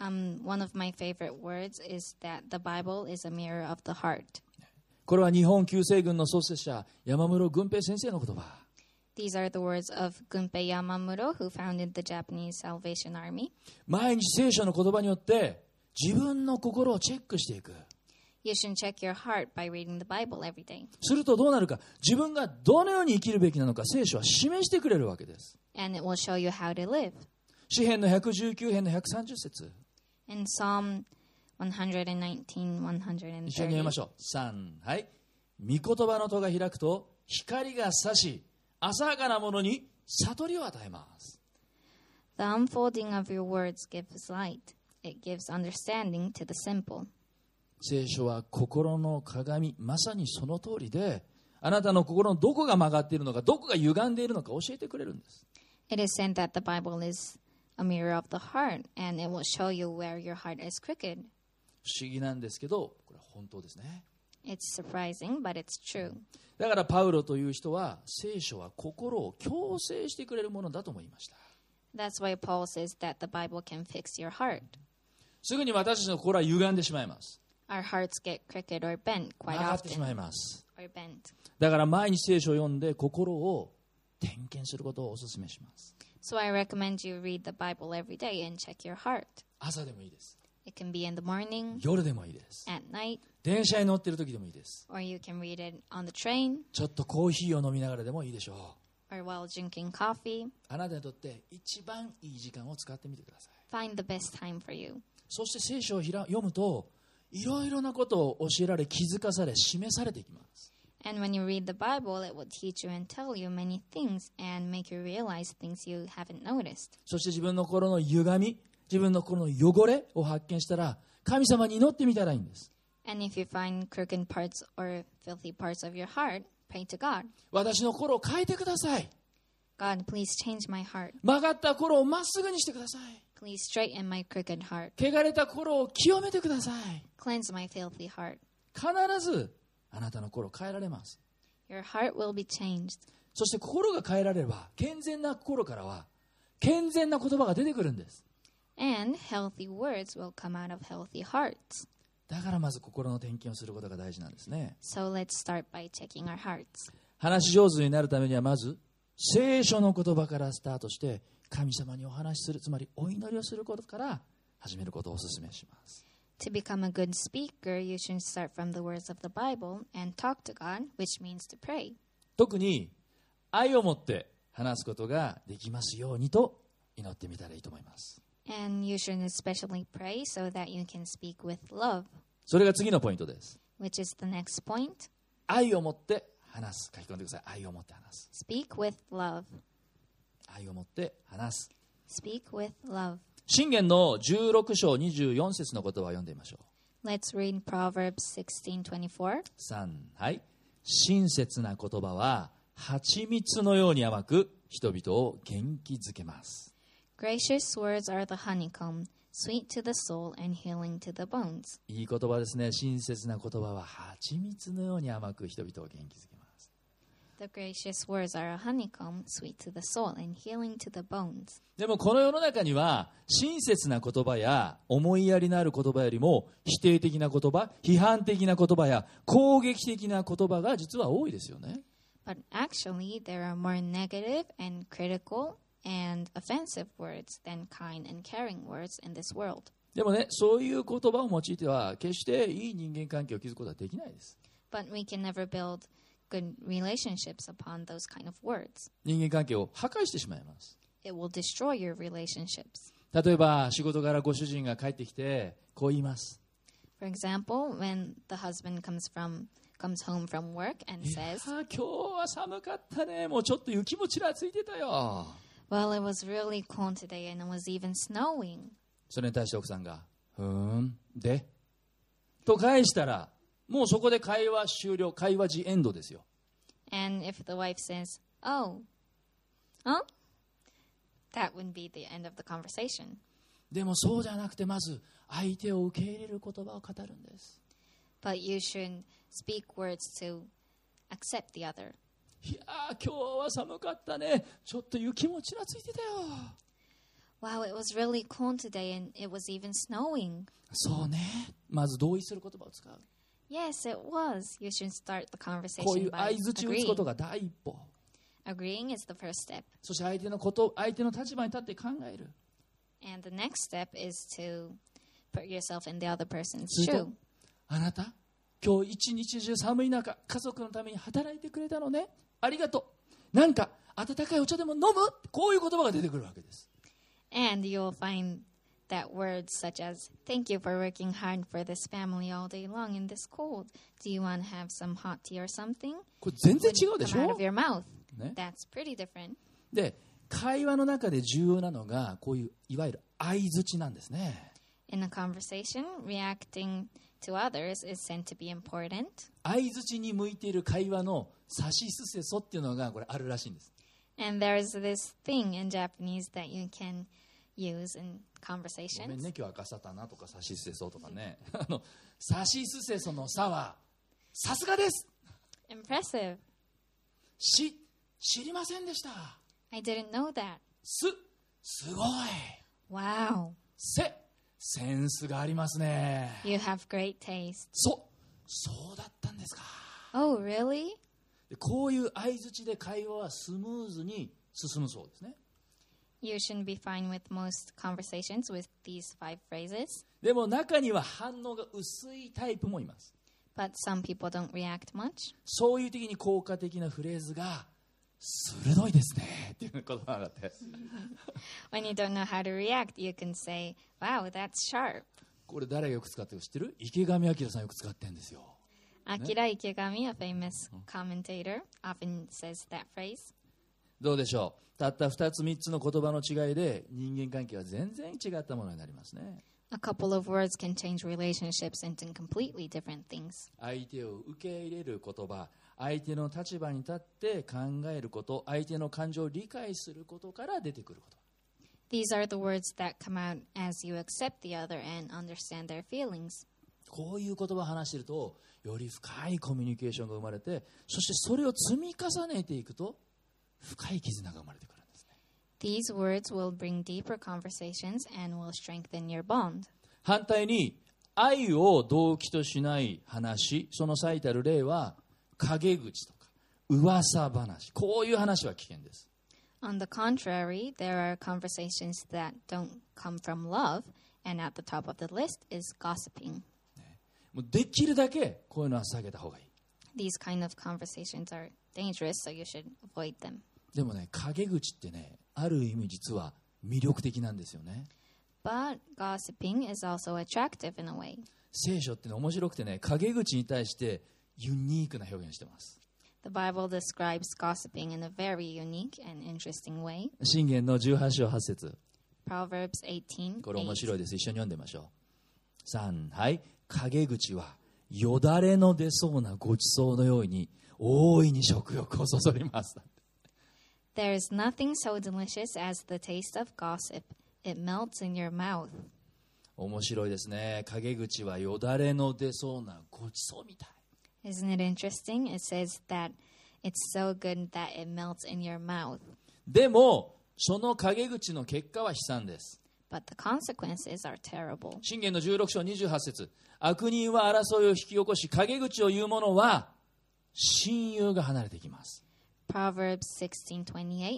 Speaker 2: Um, one of my favorite words is that the Bible is a mirror of the heart.
Speaker 1: これは日本救世軍の創設者山室軍平先生の言葉
Speaker 2: These are the words of Gunpei Yamamuro, who founded the Japanese Salvation Army.
Speaker 1: 毎日聖書の言葉によって自分の心をチェックしていく
Speaker 2: You should check your heart by reading the Bible every day.
Speaker 1: するとどうなるか自分がどのように生きるべきなのか聖書は示してくれるわけです
Speaker 2: And it will show you how to live.
Speaker 1: 詩篇の119編の130節
Speaker 2: In Psalm 119,
Speaker 1: 一緒に読みまし
Speaker 2: 130,
Speaker 1: ょう3はい御言葉の戸が開くと光が差し浅はかなものに悟りを与えます
Speaker 2: The unfolding of your words gives light, it gives understanding to the simple.
Speaker 1: 聖書は心の鏡まさにその通りであなたの心のどこが曲がっているのかどこが歪んでいるのか教えてくれるんです
Speaker 2: It is said that the Bible is a mirror of the heart, and it will show you where your heart is crooked.
Speaker 1: 不思議なんですけどこれは本当ですね
Speaker 2: It's surprising, but it's true.
Speaker 1: だからパウロという人は聖書は心を強制してくれるものだと思いました
Speaker 2: That's why Paul says that the Bible can fix your heart.
Speaker 1: すぐに私たちの心は歪んでしまいます
Speaker 2: Our hearts get crooked or bent
Speaker 1: 曲
Speaker 2: quite
Speaker 1: がってし
Speaker 2: often.
Speaker 1: まいます
Speaker 2: Or bent.
Speaker 1: だから毎日聖書を読んで心を点検することをお勧めします
Speaker 2: So I recommend you read the Bible every day and check your heart.
Speaker 1: 朝でもいいです
Speaker 2: It can be in the morning,
Speaker 1: 夜でもいいです。
Speaker 2: at night,
Speaker 1: 電車に乗ってる時でもいいです。
Speaker 2: or you can read it on the train
Speaker 1: ちょっとコーヒーを飲みながらでもいいでしょう。
Speaker 2: or while drinking coffee.
Speaker 1: あなたにとって一番いい時間を使ってみてください。
Speaker 2: Find the best time for you.
Speaker 1: そして聖書をひら読むと、いろいろなことを教えられ、気づかされ、示されていきます。
Speaker 2: And when you read the Bible, it will teach you and tell you many things and make you realize things you haven't noticed.
Speaker 1: そして自分の心の歪み、自分の心の汚れを発見したら、神様に祈ってみたらいいんです。
Speaker 2: And if you find crooked parts or filthy parts of your heart, pray to God.
Speaker 1: 私の心を変えてください。
Speaker 2: God, please change my heart.
Speaker 1: 曲がった心をまっすぐにしてください。
Speaker 2: Please straighten my crooked heart.
Speaker 1: 汚れた心を清めてください。
Speaker 2: Cleanse my filthy heart.
Speaker 1: 必ずあなたの心を変えられます。
Speaker 2: Your heart will be changed.
Speaker 1: そして心が変えられれば健全な心からは健全な言葉が出てくるんです。
Speaker 2: And healthy words will come out of healthy hearts.
Speaker 1: だからまず心の点検をすることが大事なんですね。
Speaker 2: So let's start by checking our hearts.
Speaker 1: 話し上手になるためにはまず聖書の言葉からスタートして神様にお話しするつまりお祈りをすることから始めることをお勧めします。
Speaker 2: To become a good speaker, you should start from the words of the Bible and talk to God, which means to pray.
Speaker 1: 特に愛を持って話すことができますようにと祈ってみたらいいと思います。
Speaker 2: And you should especially pray so that you can speak with love,
Speaker 1: それが次のポイントです。
Speaker 2: which is the next point.
Speaker 1: 愛を持って話す。書き込んでください。愛を持って話す。
Speaker 2: Speak with love.
Speaker 1: 愛を持って話す。
Speaker 2: Speak with love.
Speaker 1: 信玄の16章24節の言葉を読んでみましょ
Speaker 2: Let's read Proverbs 16:24.
Speaker 1: う3はい親切な言葉は蜂蜜のように甘く人々を元気づけます、
Speaker 2: Gracious words are the honeycomb, sweet to the soul and healing to the bones.
Speaker 1: いい言葉ですね親切な言葉は蜂蜜のように甘く人々を元気づけます
Speaker 2: The gracious words are a honeycomb, sweet to the soul and healing to the bones.
Speaker 1: でもこの世の中には親切な言葉や思いやりのある言葉よりも否定的な言葉批判的な言葉や攻撃的な言葉が実は多いですよね
Speaker 2: But actually, there are more negative and critical and offensive words than kind and caring words in this world.
Speaker 1: でもねそういう言葉を用いては決していい人間関係を築くことはできないです
Speaker 2: But we can never build good relationships upon those kind of words.
Speaker 1: 人間関係を破壊してしまいます。
Speaker 2: It will destroy your relationships.
Speaker 1: 例えば仕事からご主人が帰ってきてこう言います。
Speaker 2: For example, when the husband comes from comes home from work and
Speaker 1: いや
Speaker 2: says,
Speaker 1: ー今日は寒かったね。もうちょっと雪もちらついてたよ。
Speaker 2: Well, it was really cold today and it was even snowing.
Speaker 1: それに対して奥さんが、ふーん、でと返したら、もうそこで会話終了、会話時エンドですよ。
Speaker 2: And if the wife says, Oh, huh? That would be the end of the conversation.
Speaker 1: でもそうじゃなくて、まず相手を受け入れる言葉を語るんです。
Speaker 2: But you should speak words to accept the other.
Speaker 1: いやー今日は寒かったね。ちょっと雪もちらついてたよ。
Speaker 2: Wow, it was really cold today and it was even snowing.
Speaker 1: そうね。まず同意する言葉を使う。
Speaker 2: Yes, it was. You should start the
Speaker 1: こうい
Speaker 2: conversation
Speaker 1: う
Speaker 2: by
Speaker 1: 相槌を打つこと
Speaker 2: agreeing.
Speaker 1: が第一歩。
Speaker 2: Agreeing is the first step.
Speaker 1: そして相手のこと、相手の立場に立って考える。
Speaker 2: And the next step is to put yourself in the other person's
Speaker 1: すると
Speaker 2: shoe.、
Speaker 1: あなた、今日一日中寒い中、家族のために働いてくれたのね。ありがとう。なんか、温かいお茶でも飲むこういう言葉が出てくるわけです。
Speaker 2: And you'll find that words such as thank you for working hard for this family all day long in this cold. Do you want to have some hot tea or something?
Speaker 1: これ全然
Speaker 2: When
Speaker 1: 違
Speaker 2: you
Speaker 1: うでし
Speaker 2: come out
Speaker 1: ょ
Speaker 2: of your mouth.
Speaker 1: ね
Speaker 2: That's pretty different.
Speaker 1: で会話の中で重要なのがこういういわゆる相づちなんですね
Speaker 2: In a conversation, reacting to others is said to be important.
Speaker 1: 相づちに向いている会話の指しすせそっていうのがこれあるらしいんです
Speaker 2: And there's this thing in Japanese that you can use in
Speaker 1: ごめん
Speaker 2: conversations.
Speaker 1: ね今日赤さたなとか指しすせそとかねあの指しすせその差はさすがです
Speaker 2: Impressive.
Speaker 1: し知りませんでした
Speaker 2: I didn't know that.
Speaker 1: すすごい
Speaker 2: Wow.
Speaker 1: せセンスがありますね
Speaker 2: You have great taste.
Speaker 1: そそうだったんですか
Speaker 2: Oh, really?
Speaker 1: でこういう相づちで会話はスムーズに進むそうですね
Speaker 2: You shouldn't be fine with most conversations with these five phrases,
Speaker 1: でも中には反応が薄いタイプもいます。
Speaker 2: but some people don't react much.
Speaker 1: そういう時に効果的なフレーズが鋭いですねっていうことなんだって。
Speaker 2: When you don't know how to react, you can say, Wow, that's sharp.
Speaker 1: これ誰がよく使ってるか知ってる池上彰さんよく使ってるんですよ。
Speaker 2: Akira Ikegami, a famous commentator, often says that phrase.
Speaker 1: どうでしょうたった2つ3つの言葉の違いで人間関係は全然違ったものになりますね。
Speaker 2: A couple of words can change relationships into completely different things.
Speaker 1: 相手を受け入れる言葉、相手の立場に立って考えること、相手の感情を理解することから出てくること。
Speaker 2: These are the words that come out as you accept the other and understand their feelings.
Speaker 1: こういう言葉を話しているとより深いコミュニケーションが生まれてそしてそれを積み重ねていくと深い絆が生まれてくるんですね
Speaker 2: These words will bring deeper conversations and will strengthen your bond.
Speaker 1: 反対に愛を動機としない話その最たる例は陰口とか噂話こういう話は危険です
Speaker 2: On the contrary, there are conversations that don't come from love, and at the top of the list is gossiping.
Speaker 1: もうできるだけこういうのは避けた方がいい
Speaker 2: These kind of conversations are dangerous, so you should avoid them.
Speaker 1: でもね陰口ってねある意味実は魅力的なんですよね
Speaker 2: But gossiping is also attractive in a way.
Speaker 1: 聖書ってね面白くてね陰口に対してユニークな表現してます
Speaker 2: The Bible describes gossiping in a very unique and interesting way.
Speaker 1: 信玄の18章8節
Speaker 2: Proverbs 18.
Speaker 1: これ面
Speaker 2: eight.
Speaker 1: 白いです一緒に読んでみましょう3はい陰口はよだれの出そうなごちそうのように大いに食欲をそそります
Speaker 2: There is nothing so delicious as the taste of gossip. It melts in your mouth.
Speaker 1: 面白いですね陰口はよだれの出そうなごちそうみたい
Speaker 2: Isn't it interesting? It says that it's so good that it melts in your mouth.
Speaker 1: でもその陰口の結果は悲惨です
Speaker 2: But the consequences are terrible.
Speaker 1: 信玄の16章28節悪人は争いを引き起こし陰口を言う者は親友が離れていきます
Speaker 2: Proverbs 16:28.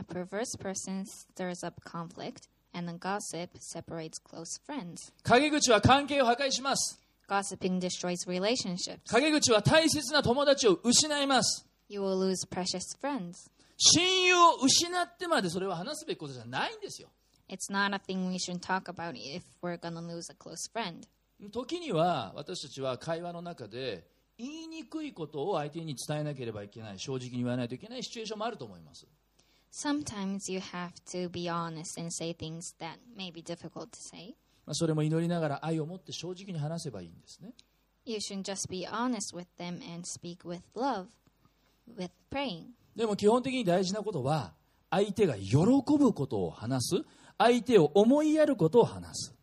Speaker 2: A perverse person stirs up conflict, and a gossip separates close friends.
Speaker 1: 陰口は関係を破壊します
Speaker 2: Gossiping destroys relationships.
Speaker 1: 陰口は大切な友達を失います。
Speaker 2: You will lose precious friends.
Speaker 1: 親友を失ってまでそれは話すべきことじゃないんですよ。
Speaker 2: It's not a thing we should talk about if we're gonna lose a close friend.
Speaker 1: 時には私たちは会話の中で言いにくいことを相手に伝えなければいけない、正直に言わないといけないシチュエーションもあると思います。
Speaker 2: Sometimes you have to be honest and say things that may be difficult to say.
Speaker 1: まあ、それも祈りながら愛を持って正直に話せばいいんですね。
Speaker 2: You should just be honest with them and speak with love, with praying.
Speaker 1: でも基本的に大事なことは相手が喜ぶことを話す、相手を思いやることを話す。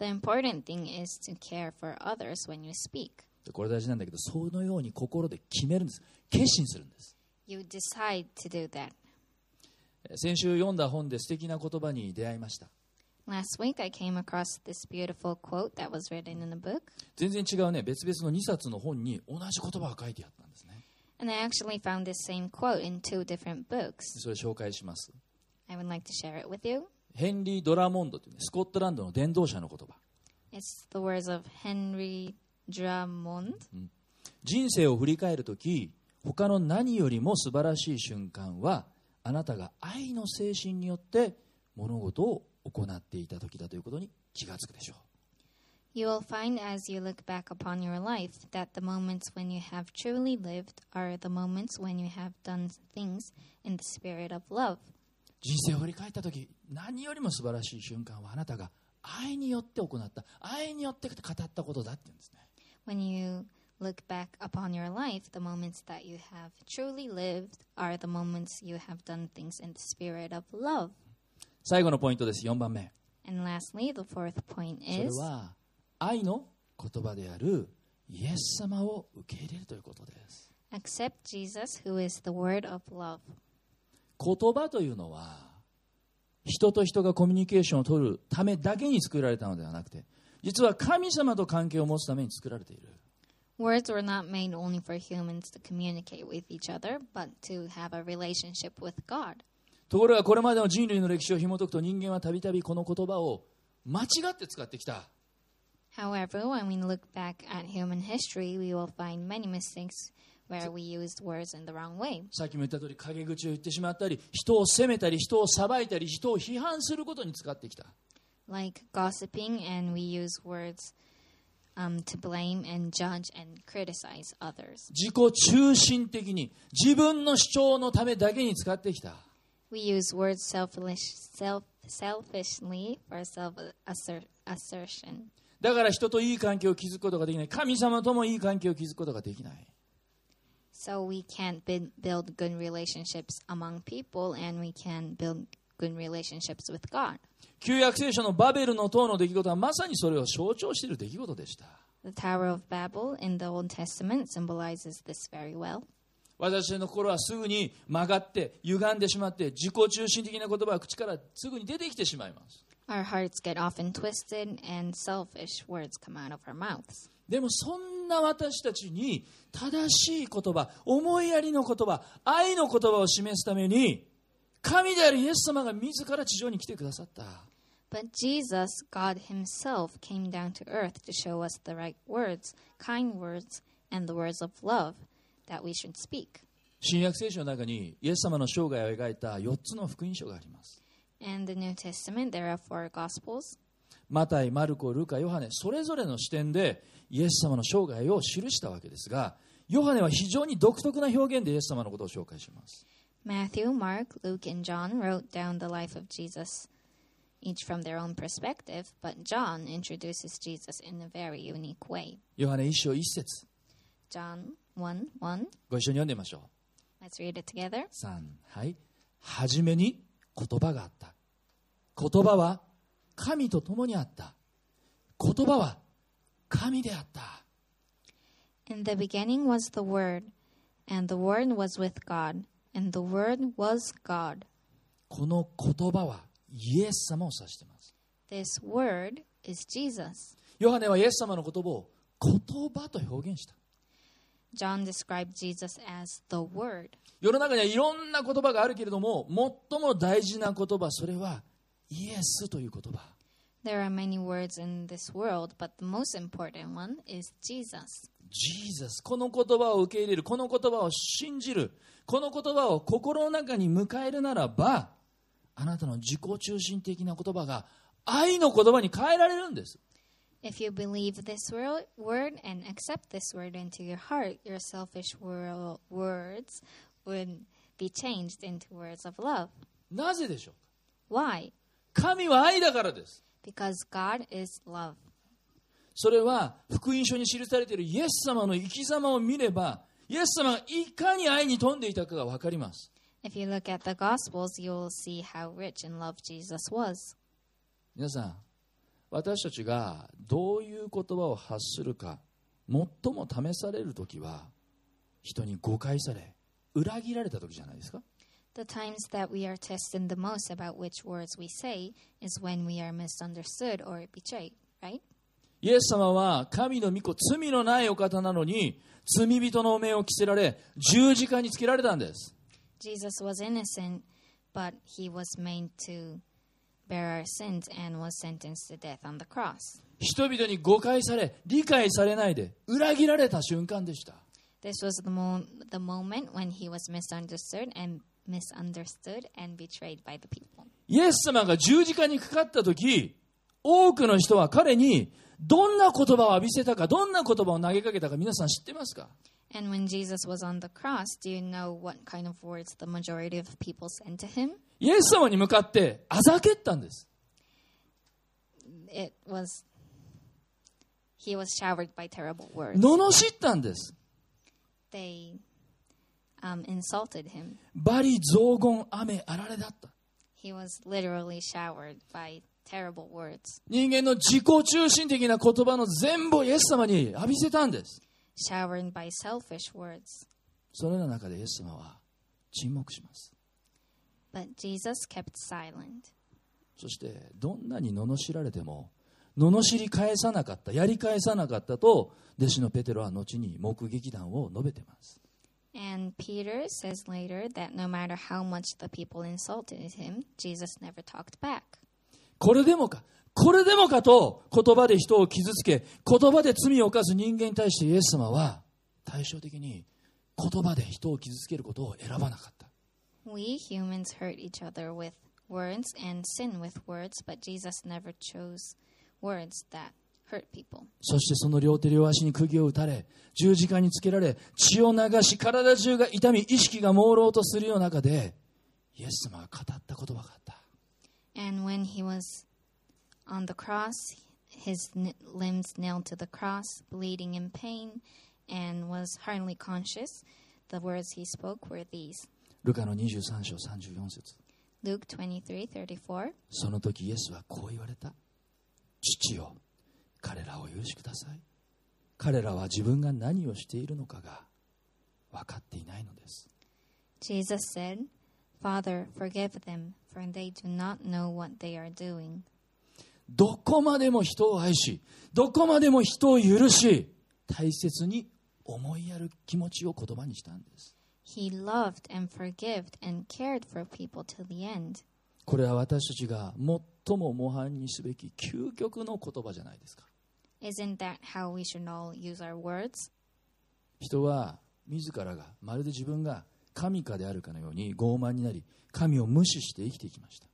Speaker 2: The important thing is to care for others when you speak.
Speaker 1: でこれ大事なんだけど、そのように心で決めるんです。決心するんです。
Speaker 2: You decide to do that.
Speaker 1: えー先週読んだ本で素敵な言葉に出会いました
Speaker 2: Last week, I came across this beautiful quote that was written in a book,
Speaker 1: 全然違うね別々の2冊の本に同じ言葉が書いてあったんですね
Speaker 2: and I actually found this same quote in two different books.
Speaker 1: それ紹介します
Speaker 2: I would like to share it with you.
Speaker 1: ヘンリー・ドラモンドという、ね、スコットランドの伝道者の言葉
Speaker 2: It's the words of Henry Drummond.
Speaker 1: 人生を振り返るとき他の何よりも素晴らしい瞬間はあなたが愛の精神によって物事を行っていた時だということに気がつくでしょう
Speaker 2: You will find as you look back upon your life that the moments when you have truly lived are the moments when you have done things in the spirit of love.
Speaker 1: 人生を振り返った時何よりも素晴らしい瞬間はあなたが愛によって行った愛によって語ったことだって言うんですね
Speaker 2: When you look back upon your life, the moments that you have truly lived are the moments you have done things in the spirit of love.
Speaker 1: 最後のポイントです4番目
Speaker 2: And lastly, the fourth point
Speaker 1: それ
Speaker 2: is
Speaker 1: は愛の言葉であるイエス様を受け入れるということです
Speaker 2: accept Jesus, who is the word of love.
Speaker 1: 言葉というのは人と人がコミュニケーションを取るためだけに作られたのではなくて実は神様と関係を持つために作られている
Speaker 2: Words were not made only for humans to communicate with each other, but to have a relationship with God.
Speaker 1: ところがこれまでの人類の歴史を紐解くと人間はたびたびこの言葉を間違って使ってきた
Speaker 2: However, when we look back at human history, we will find many mistakes where we used words in the wrong way.
Speaker 1: さっきも言った通り陰口を言ってしまったり人を責めたり人を裁いたり人を批判することに使ってきた
Speaker 2: like gossiping, and we use words um, to blame and judge and criticize others.
Speaker 1: 自己中心的に自分の主張のためだけに使ってきた
Speaker 2: We use words selfish, self, selfishly for self asser, assertion.
Speaker 1: だから人といい関係を築くことができない神様ともいい関係を築くことができない
Speaker 2: So we can't bin- build good relationships among people, and we can build good relationships with God.
Speaker 1: 旧約聖書のバベルの塔の出来事はまさにそれを象徴している出来事でした
Speaker 2: The Tower of Babel in the Old Testament symbolizes this very well.
Speaker 1: 私の心はすぐに曲がって歪んでしまって自己中心的な言葉は口からすぐに出てきてしまいます
Speaker 2: Our hearts get often twisted, and selfish words come out of our mouths.
Speaker 1: でもそんな私たちに正しい言葉思いやりの言葉愛の言葉を示すために神であるイエス様が自ら地上に来てくださった
Speaker 2: But Jesus, God Himself, came down to earth to show us the right words, kind words, and the words of love that we should speak.
Speaker 1: 新約聖書の中にイエス様の生涯を描いた4つの福音書があります
Speaker 2: In the New Testament, there are four Gospels.
Speaker 1: マタイ、マルコ、ルカ、ヨハネ、それぞれの視点でイエス様の生涯を記したわけですが、ヨハネは非常に独特な表現でイエス様のことを紹介します。
Speaker 2: Matthew, Mark, Luke, and John wrote down the life of Jesus, each from their own perspective, but John introduces Jesus in a very unique way.
Speaker 1: ヨハネ一章一節、
Speaker 2: John 1 1.
Speaker 1: ご一緒に読んでみましょ
Speaker 2: Let's read it together.
Speaker 1: う。三、はい。はじめに言葉があった。言葉は神と共にあった。言葉は神であった。
Speaker 2: In the beginning was the Word, and the Word was with God, and the Word was God.
Speaker 1: この言葉はイエス様を指しています。
Speaker 2: This word is Jesus.
Speaker 1: ヨハネはイエス様の言葉を言葉と表現した。
Speaker 2: John described Jesus as the Word.
Speaker 1: 世の中にはいろんな言葉があるけれども最も大事な言葉それはイエスという言葉
Speaker 2: There are many words in this world, but the most important one is Jesus.
Speaker 1: ジーザスこの言葉を受け入れるこの言葉を信じるこの言葉を心の中に迎えるならばあなたの自己中心的な言葉が愛の言葉に変えられるんです
Speaker 2: If you believe this wor- word and accept this word into your heart, your selfish wor- words would be changed into words of love.
Speaker 1: なぜでしょう
Speaker 2: Why?
Speaker 1: か神は愛だからです
Speaker 2: Because God is love.
Speaker 1: それは福音書に記されているイエス様の生き様を見ればイエス様がいかに愛に富んでいたかが分かります
Speaker 2: If you look at the Gospels, you will see how rich in love Jesus was.
Speaker 1: 皆さん私たちがどういう言葉を発するか最も試される時は人に誤解され裏切られた時じゃないですか
Speaker 2: The times that we are tested the most about which words we say is when we are misunderstood or betrayed, right?
Speaker 1: イエス様は神の御子罪のないお方なのに罪人のお面を着せられ十字架につけられたんです
Speaker 2: Jesus was innocent, but he was made to bear our sins and was sentenced to death on the cross.
Speaker 1: 人々に誤解され理解されないで裏切られた瞬間でした
Speaker 2: This was the, mo- the moment when he was misunderstood and misunderstood and betrayed by the people.
Speaker 1: イエス様が十字架にかかった時、多くの人は彼にどんな言葉を浴びせたか、どんな言葉を投げかけたか皆さん知ってますか
Speaker 2: And when Jesus was on the cross, do you know what kind of words the majority of people sent to him?
Speaker 1: イエス様に向かってあざけったんです。
Speaker 2: It was he was showered by terrible words.
Speaker 1: 罵ったんです。
Speaker 2: They um, insulted him.
Speaker 1: 罵詈雑言、雨、あられだった。
Speaker 2: He was literally showered by terrible words,
Speaker 1: 人間の自己中心的な言葉の全部をイエス様に浴びせたんです。
Speaker 2: showered by selfish words.
Speaker 1: それらの中でイエス様は沈黙します。
Speaker 2: But Jesus kept silent.
Speaker 1: そしてどんなに罵られても罵り返さなかったやり返さなかったと弟子のペテロは後に目撃談を述べてます
Speaker 2: And Peter says later that no matter how much the people insulted him, Jesus never talked back.
Speaker 1: これでもかこれでもかと言葉で人を傷つけ言葉で罪を犯す人間に対してイエス様は対照的に言葉で人を傷つけることを選ばなかった
Speaker 2: We humans hurt each other with words and sin with words, but Jesus never chose words that hurt people.
Speaker 1: そしてその両手両足に釘を打たれ十字架につけられ血を流し体中が痛み意識が朦朧とするような中でイエス様は語った言葉があった
Speaker 2: And when he was on the cross, his n- limbs nailed to the cross, bleeding in pain, and was hardly conscious, the words he spoke were these
Speaker 1: ルカの23章34節
Speaker 2: Luke 23 34.
Speaker 1: その時イエスはこう言われた父よ彼らを許しください彼らは自分が何をしているのかが分かっていないのです
Speaker 2: Jesus said, Father, forgive them, for they do not know what they are doing.
Speaker 1: どこまでも人を愛しどこまでも人を許し大切に思いやる気持ちを言葉にしたんです
Speaker 2: He loved and forgived and cared for people to the end.
Speaker 1: これは私たちが最も模範にすべき究極の言葉じゃないですか
Speaker 2: Isn't that how we should all use our words?
Speaker 1: 人は自らがまるで自分が神かであるかのように傲慢になり神を無視して生きてきました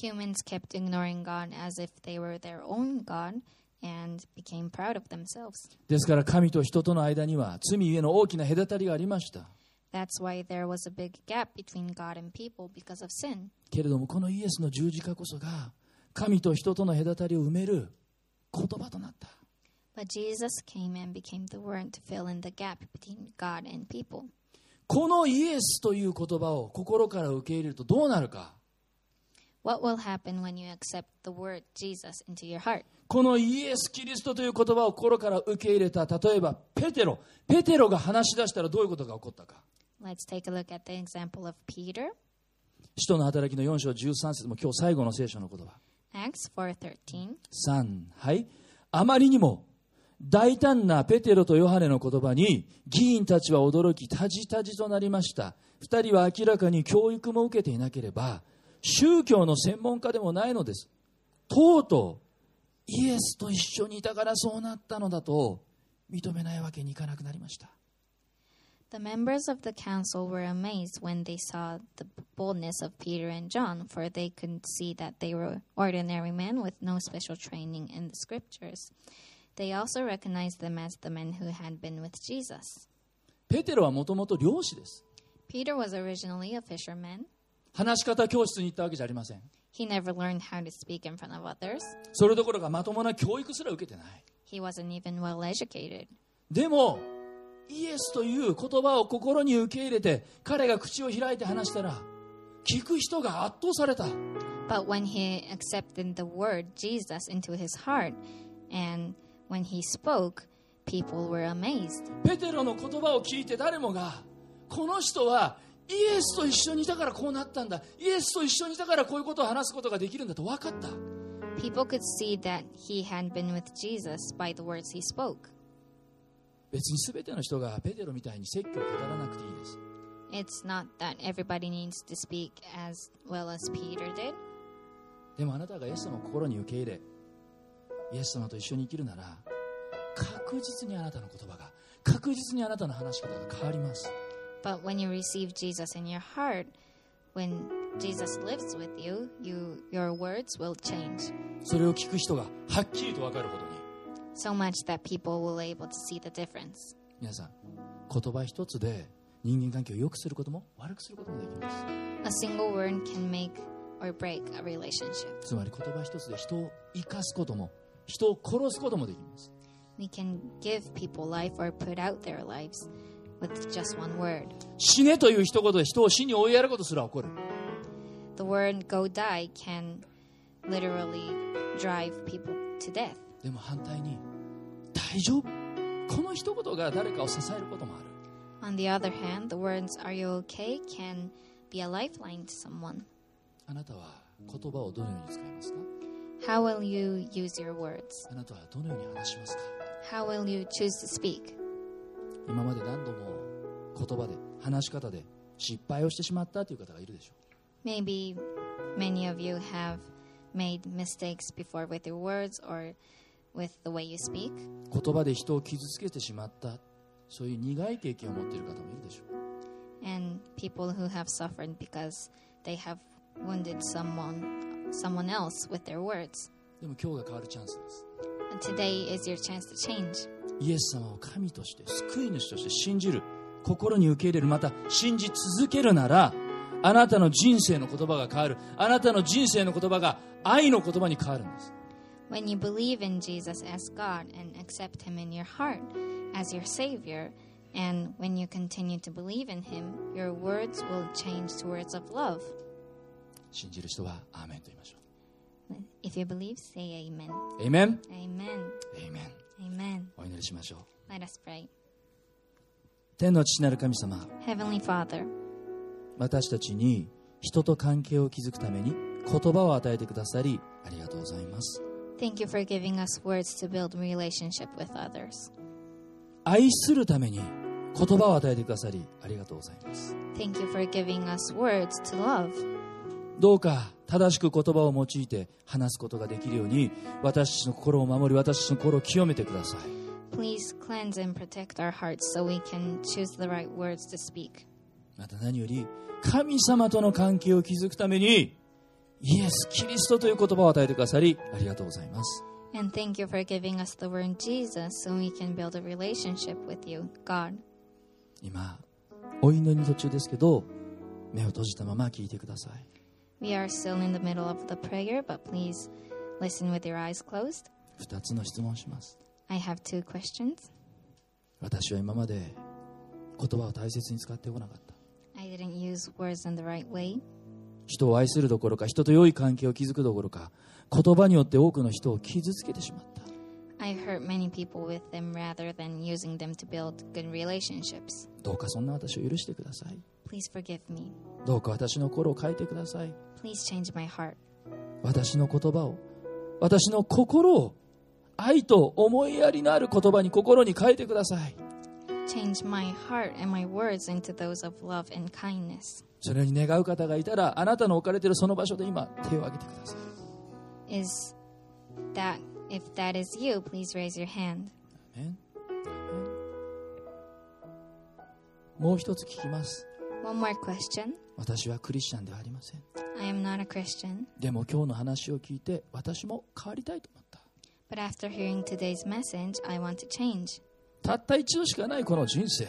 Speaker 2: Humans kept ignoring God as if they were their own God and became proud of themselves.
Speaker 1: ですから神と人との間には罪ゆえの大きな隔たりがありました
Speaker 2: That's why there was a big gap between God and people because of sin.
Speaker 1: けれどもこのイエスの十字架こそが神と人との隔たりを埋める言葉となった
Speaker 2: But Jesus came and became the word to fill in the gap between God and people.
Speaker 1: このイエスという言葉を心から受け入れるとどうなるか
Speaker 2: What will happen when you accept the word Jesus into your heart?
Speaker 1: このイエス・キリストという言葉を心から受け入れた例えばペテロペテロが話し出したらどういうことが起こったか
Speaker 2: Let's take a look at the example of Peter,
Speaker 1: 使徒の働きの4章13節も今日最後の聖書の言葉
Speaker 2: Acts 4:13.
Speaker 1: 3はいあまりにも大胆なペテロとヨハネの言葉に議員たちは驚きたじたじとなりました2人は明らかに教育も受けていなければ宗教の専門家でもないのですとうとうイエスと一緒にいたからそうなったのだと認めないわけにいかなくなりました
Speaker 2: The members of the council were amazed when they saw the boldness of Peter and John, for they could see that they were ordinary men with no special training in the scriptures. They also recognized them as the men who had been with Jesus.
Speaker 1: ペテロはもともと漁師です
Speaker 2: Peter was originally a fisherman.
Speaker 1: 話し方教室に行ったわけじゃありません
Speaker 2: He never learned how to speak in front of others.
Speaker 1: それどころかまともな教育すら受けてない
Speaker 2: He wasn't even well educated.
Speaker 1: でもイエスという言葉を心に受け入れて彼が口を開いて話したら聞く人が圧倒された
Speaker 2: But when he accepted the word Jesus into his heart, and when he spoke, people were amazed.
Speaker 1: ペテロの言葉を聞いて誰もがこの人はイエスと一緒にいたからこうなったんだイエスと一緒にいたからこういうことを話すことができるんだと分かった
Speaker 2: People could see that he had been with Jesus by the words he spoke.
Speaker 1: 別に全ての人がペテロみたいに説教を語らなくていいです
Speaker 2: It's not that everybody needs to speak as well as Peter did,
Speaker 1: でもあなたがイエス様を心に受け入れイエス様と一緒に生きるなら確実にあなたの言葉が確実にあなたの話し方が変わります
Speaker 2: but when you receive Jesus in your heart, when Jesus lives with you, you your words will change
Speaker 1: それを聞く人がはっきりと分かるほどに
Speaker 2: so much that people will able to see the difference.
Speaker 1: 皆さん言葉一つで人間関係を良くすることも悪くすることもできます
Speaker 2: A single word can make or break a relationship.
Speaker 1: つまり言葉一つで人を生かすことも人を殺すこともできます
Speaker 2: We can give people life or put out their lives with just one word.
Speaker 1: 死ねという一言で人を死に追いやることすら起こる
Speaker 2: The word go die can literally drive people to death.
Speaker 1: でも反対に大丈夫この一言が誰かを支えることもある
Speaker 2: On the other hand, the words are you okay can be a lifeline to someone.
Speaker 1: あなたは言葉をどのように使いますか
Speaker 2: How will you use your words?
Speaker 1: あなたはどのように話しますか
Speaker 2: How will you choose to speak?
Speaker 1: 今まで何度も言葉で話し方で失敗をしてしまったという方がいるでしょ
Speaker 2: Maybe many of you have made mistakes before with your words or with the way you speak.
Speaker 1: う言葉で人を傷つけてしまったそういう苦い経験を持っている方もいるでしょう
Speaker 2: and people who have suffered because they have wounded someone someone else with their words.
Speaker 1: でも今日が変わるチャンスです
Speaker 2: And today is your chance to change.
Speaker 1: イエス様を神として救い主として信じる心に受け入れるまた信じ続けるならあなたの人生の言葉が変わるあなたの人生の言葉が愛の言葉に変わるんです
Speaker 2: When you believe in Jesus as God and accept him in your heart as your savior, and when you continue to believe in him, your words will change to words of love.
Speaker 1: 信じる人はアーメンと言いましょ
Speaker 2: If you believe, say amen.
Speaker 1: うエイメン
Speaker 2: Amen.
Speaker 1: エイメン
Speaker 2: Amen.
Speaker 1: お祈りしましょう
Speaker 2: Let us pray.
Speaker 1: 天の父なる神様
Speaker 2: Heavenly Father,
Speaker 1: 私たちに人と関係を築くために言葉を与えてくださりありがとうございます
Speaker 2: thank you for giving us words to build relationship with others.
Speaker 1: 愛するために言葉を与えてくださりありがとうございます
Speaker 2: Thank you for giving us words to love.
Speaker 1: どうか正しく言葉を用いて話すことができるように私たちの心を守り私たちの心を清めてください
Speaker 2: Please cleanse and protect our hearts so we can choose the right words to speak.
Speaker 1: また何より神様との関係を築くためにイエス・キリストという言葉を与えてくださりありがとうございます
Speaker 2: And thank you for giving us the word Jesus so we can build a relationship with you, God.
Speaker 1: 今お祈りの途中ですけど目を閉じたまま聞いてください
Speaker 2: We are still in the middle of the prayer, but please listen with your eyes closed.
Speaker 1: 2つの質問をします
Speaker 2: I have two questions.
Speaker 1: 私は今まで言葉を大切に使ってこなかった
Speaker 2: I didn't use words in the right way.
Speaker 1: 人を愛するどころか人と良い関係を築くどころか言葉によって多くの人を傷つけてしまった
Speaker 2: I hurt many people with them rather than using them to build good relationships.
Speaker 1: どうかそんな私を許してください
Speaker 2: Please forgive me.
Speaker 1: どうか私の心を変えてください
Speaker 2: Please change my heart.
Speaker 1: 私の言葉を私の心を愛と思いやりのある言葉に心に変えてください
Speaker 2: Change my heart and my words into those of love and kindness.
Speaker 1: それに願う方がいたらあなたの置かれているその場所で今手を挙げてください
Speaker 2: Is that if that is you, please raise your hand.
Speaker 1: アーメンアーメンもう一つ聞きます
Speaker 2: One more question.
Speaker 1: 私はクリスチャンではありません
Speaker 2: I am not a Christian,
Speaker 1: でも今日の話を聞いて私も変わりたいと思った。
Speaker 2: but after hearing today's message, I want to change.
Speaker 1: たった一度しかないこの人生。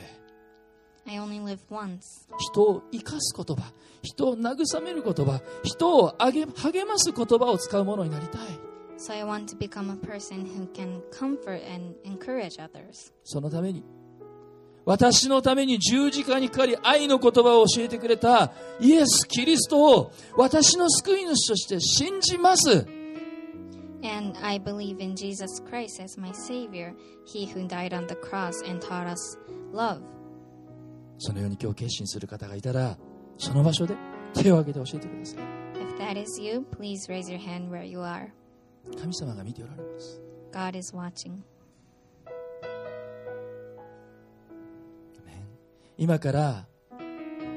Speaker 2: I only live once.
Speaker 1: 人を生かす言葉、人を慰める言葉、人をあげ励ます言葉を使うものになりたい。
Speaker 2: So I want to become a person who can comfort and encourage others.
Speaker 1: そのために、私のために十字架にかかり愛の言葉を教えてくれたイエス・キリストを私の救い主として信じます。
Speaker 2: And I believe in Jesus Christ as my Savior, He who died on the cross and taught us love.
Speaker 1: そのように今日決心する方がいたら、その場所で手を挙げて教えてください。
Speaker 2: If that is you, please raise your hand where you are.
Speaker 1: 神様が見ておられます。
Speaker 2: God is watching.
Speaker 1: 今から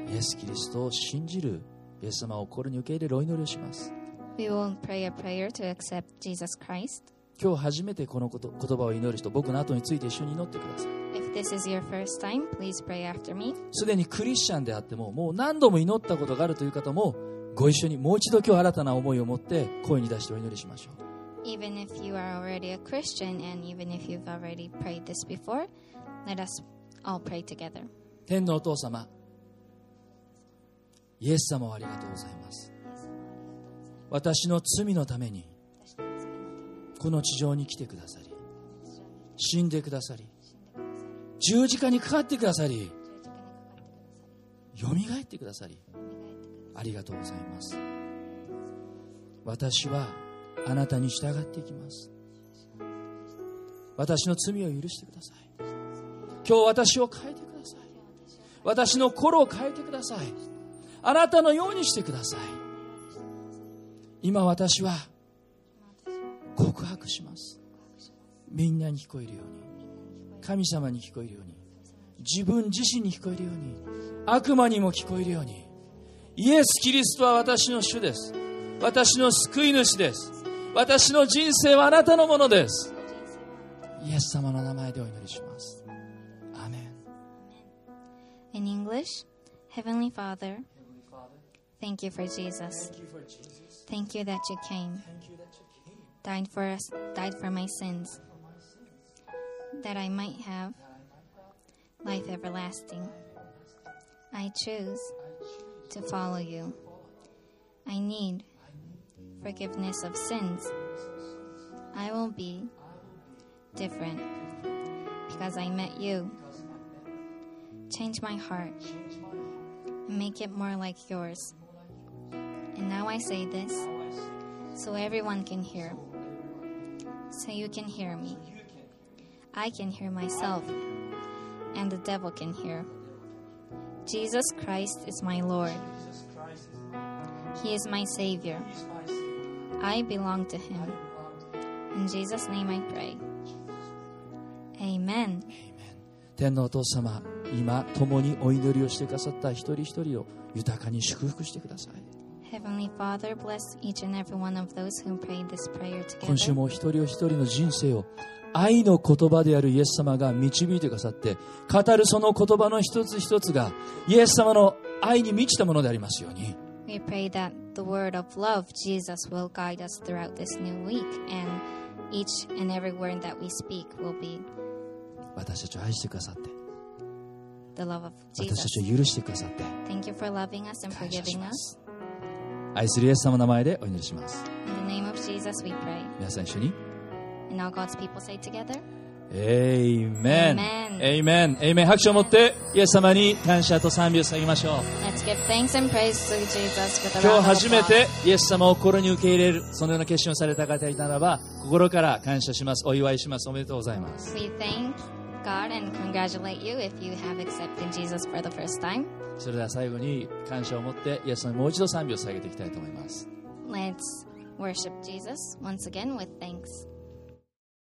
Speaker 1: イエス・キリストを信じるイエス様を心に受け入れるお祈りをします
Speaker 2: We will pray a prayer to accept Jesus Christ.
Speaker 1: 今日初めてこのこと言葉を祈る人僕の後について一緒に祈ってください
Speaker 2: If this is your first time, please pray after me.
Speaker 1: すでにクリスチャンであってももう何度も祈ったことがあるという方もご一緒にもう一度今日新たな思いを持って声に出してお祈りしましょう
Speaker 2: Even if you are already a Christian and even if you've already prayed this before, let us all pray together.
Speaker 1: 天のお父様イエス様をありがとうございます私の罪のためにこの地上に来てくださり死んでくださり十字架にかかってくださりよみがえってくださりありがとうございます私はあなたに従っていきます私の罪を許してください今日私を変えてください私の心を変えてくださいあなたのようにしてください今私は告白しますみんなに聞こえるように神様に聞こえるように自分自身に聞こえるように悪魔にも聞こえるようにイエス・キリストは私の主です私の救い主です私の人生はあなたのものですイエス様の名前でお祈りしますアーメン
Speaker 2: In English, Heavenly Father, thank you for Jesus.
Speaker 1: Thank you for Jesus.
Speaker 2: Thank you that you came,
Speaker 1: Thank you that you came.
Speaker 2: died for us, died for my sins, that I might have life everlasting. I choose to follow you. I need forgiveness of sins. I will be different because I met you. Change my heart and make it more like yours. And now I say this so everyone can hear. So you can hear me. I can hear myself, and the devil can hear. Jesus Christ is my Lord.
Speaker 1: Jesus Christ is
Speaker 2: He is my Savior.
Speaker 1: my Savior.
Speaker 2: I belong to Him. In Jesus' name I pray. Amen.
Speaker 1: 天のお父様今共にお祈りをしてくださった一人一人を豊かに祝福してください
Speaker 2: Heavenly Father, bless each and every one of those who prayed this prayer
Speaker 1: 今週
Speaker 2: together.
Speaker 1: も一人お一人の人生を愛の言葉であるイエス様が導いてくださって語るその言葉の一つ一つがイエス様の愛に満ちたものでありますように
Speaker 2: We pray that the word of love, Jesus, will guide us throughout this new week, and each and every word that we speak will be
Speaker 1: 私たちを愛してくださって
Speaker 2: the love of
Speaker 1: 私
Speaker 2: Jesus.
Speaker 1: たちを許してくださって
Speaker 2: Thank you for loving us and
Speaker 1: 感謝し
Speaker 2: forgiving
Speaker 1: ま
Speaker 2: us.
Speaker 1: す愛するイエス様の名前でお祈りします
Speaker 2: In the name of Jesus, we pray.
Speaker 1: 皆さん一緒に
Speaker 2: And all God's people say together,
Speaker 1: エイメン
Speaker 2: Amen
Speaker 1: エイメンエイメン拍手を持ってイエス様に感謝と賛美を捧げましょう
Speaker 2: let's give thanks and praise to Jesus with
Speaker 1: 今
Speaker 2: a
Speaker 1: 日
Speaker 2: round of
Speaker 1: 初め
Speaker 2: applause.
Speaker 1: てイエス様を心に受け入れるそのような決心をされた方がいたならば心から感謝しますお祝いしますおめでとうございます
Speaker 2: We thank God and congratulate you if you have accepted Jesus for the first time.
Speaker 1: それでは最後に感謝を持ってイエス様にもう一度賛美を捧げていきたいと思います
Speaker 2: Let's worship Jesus once again with thanks.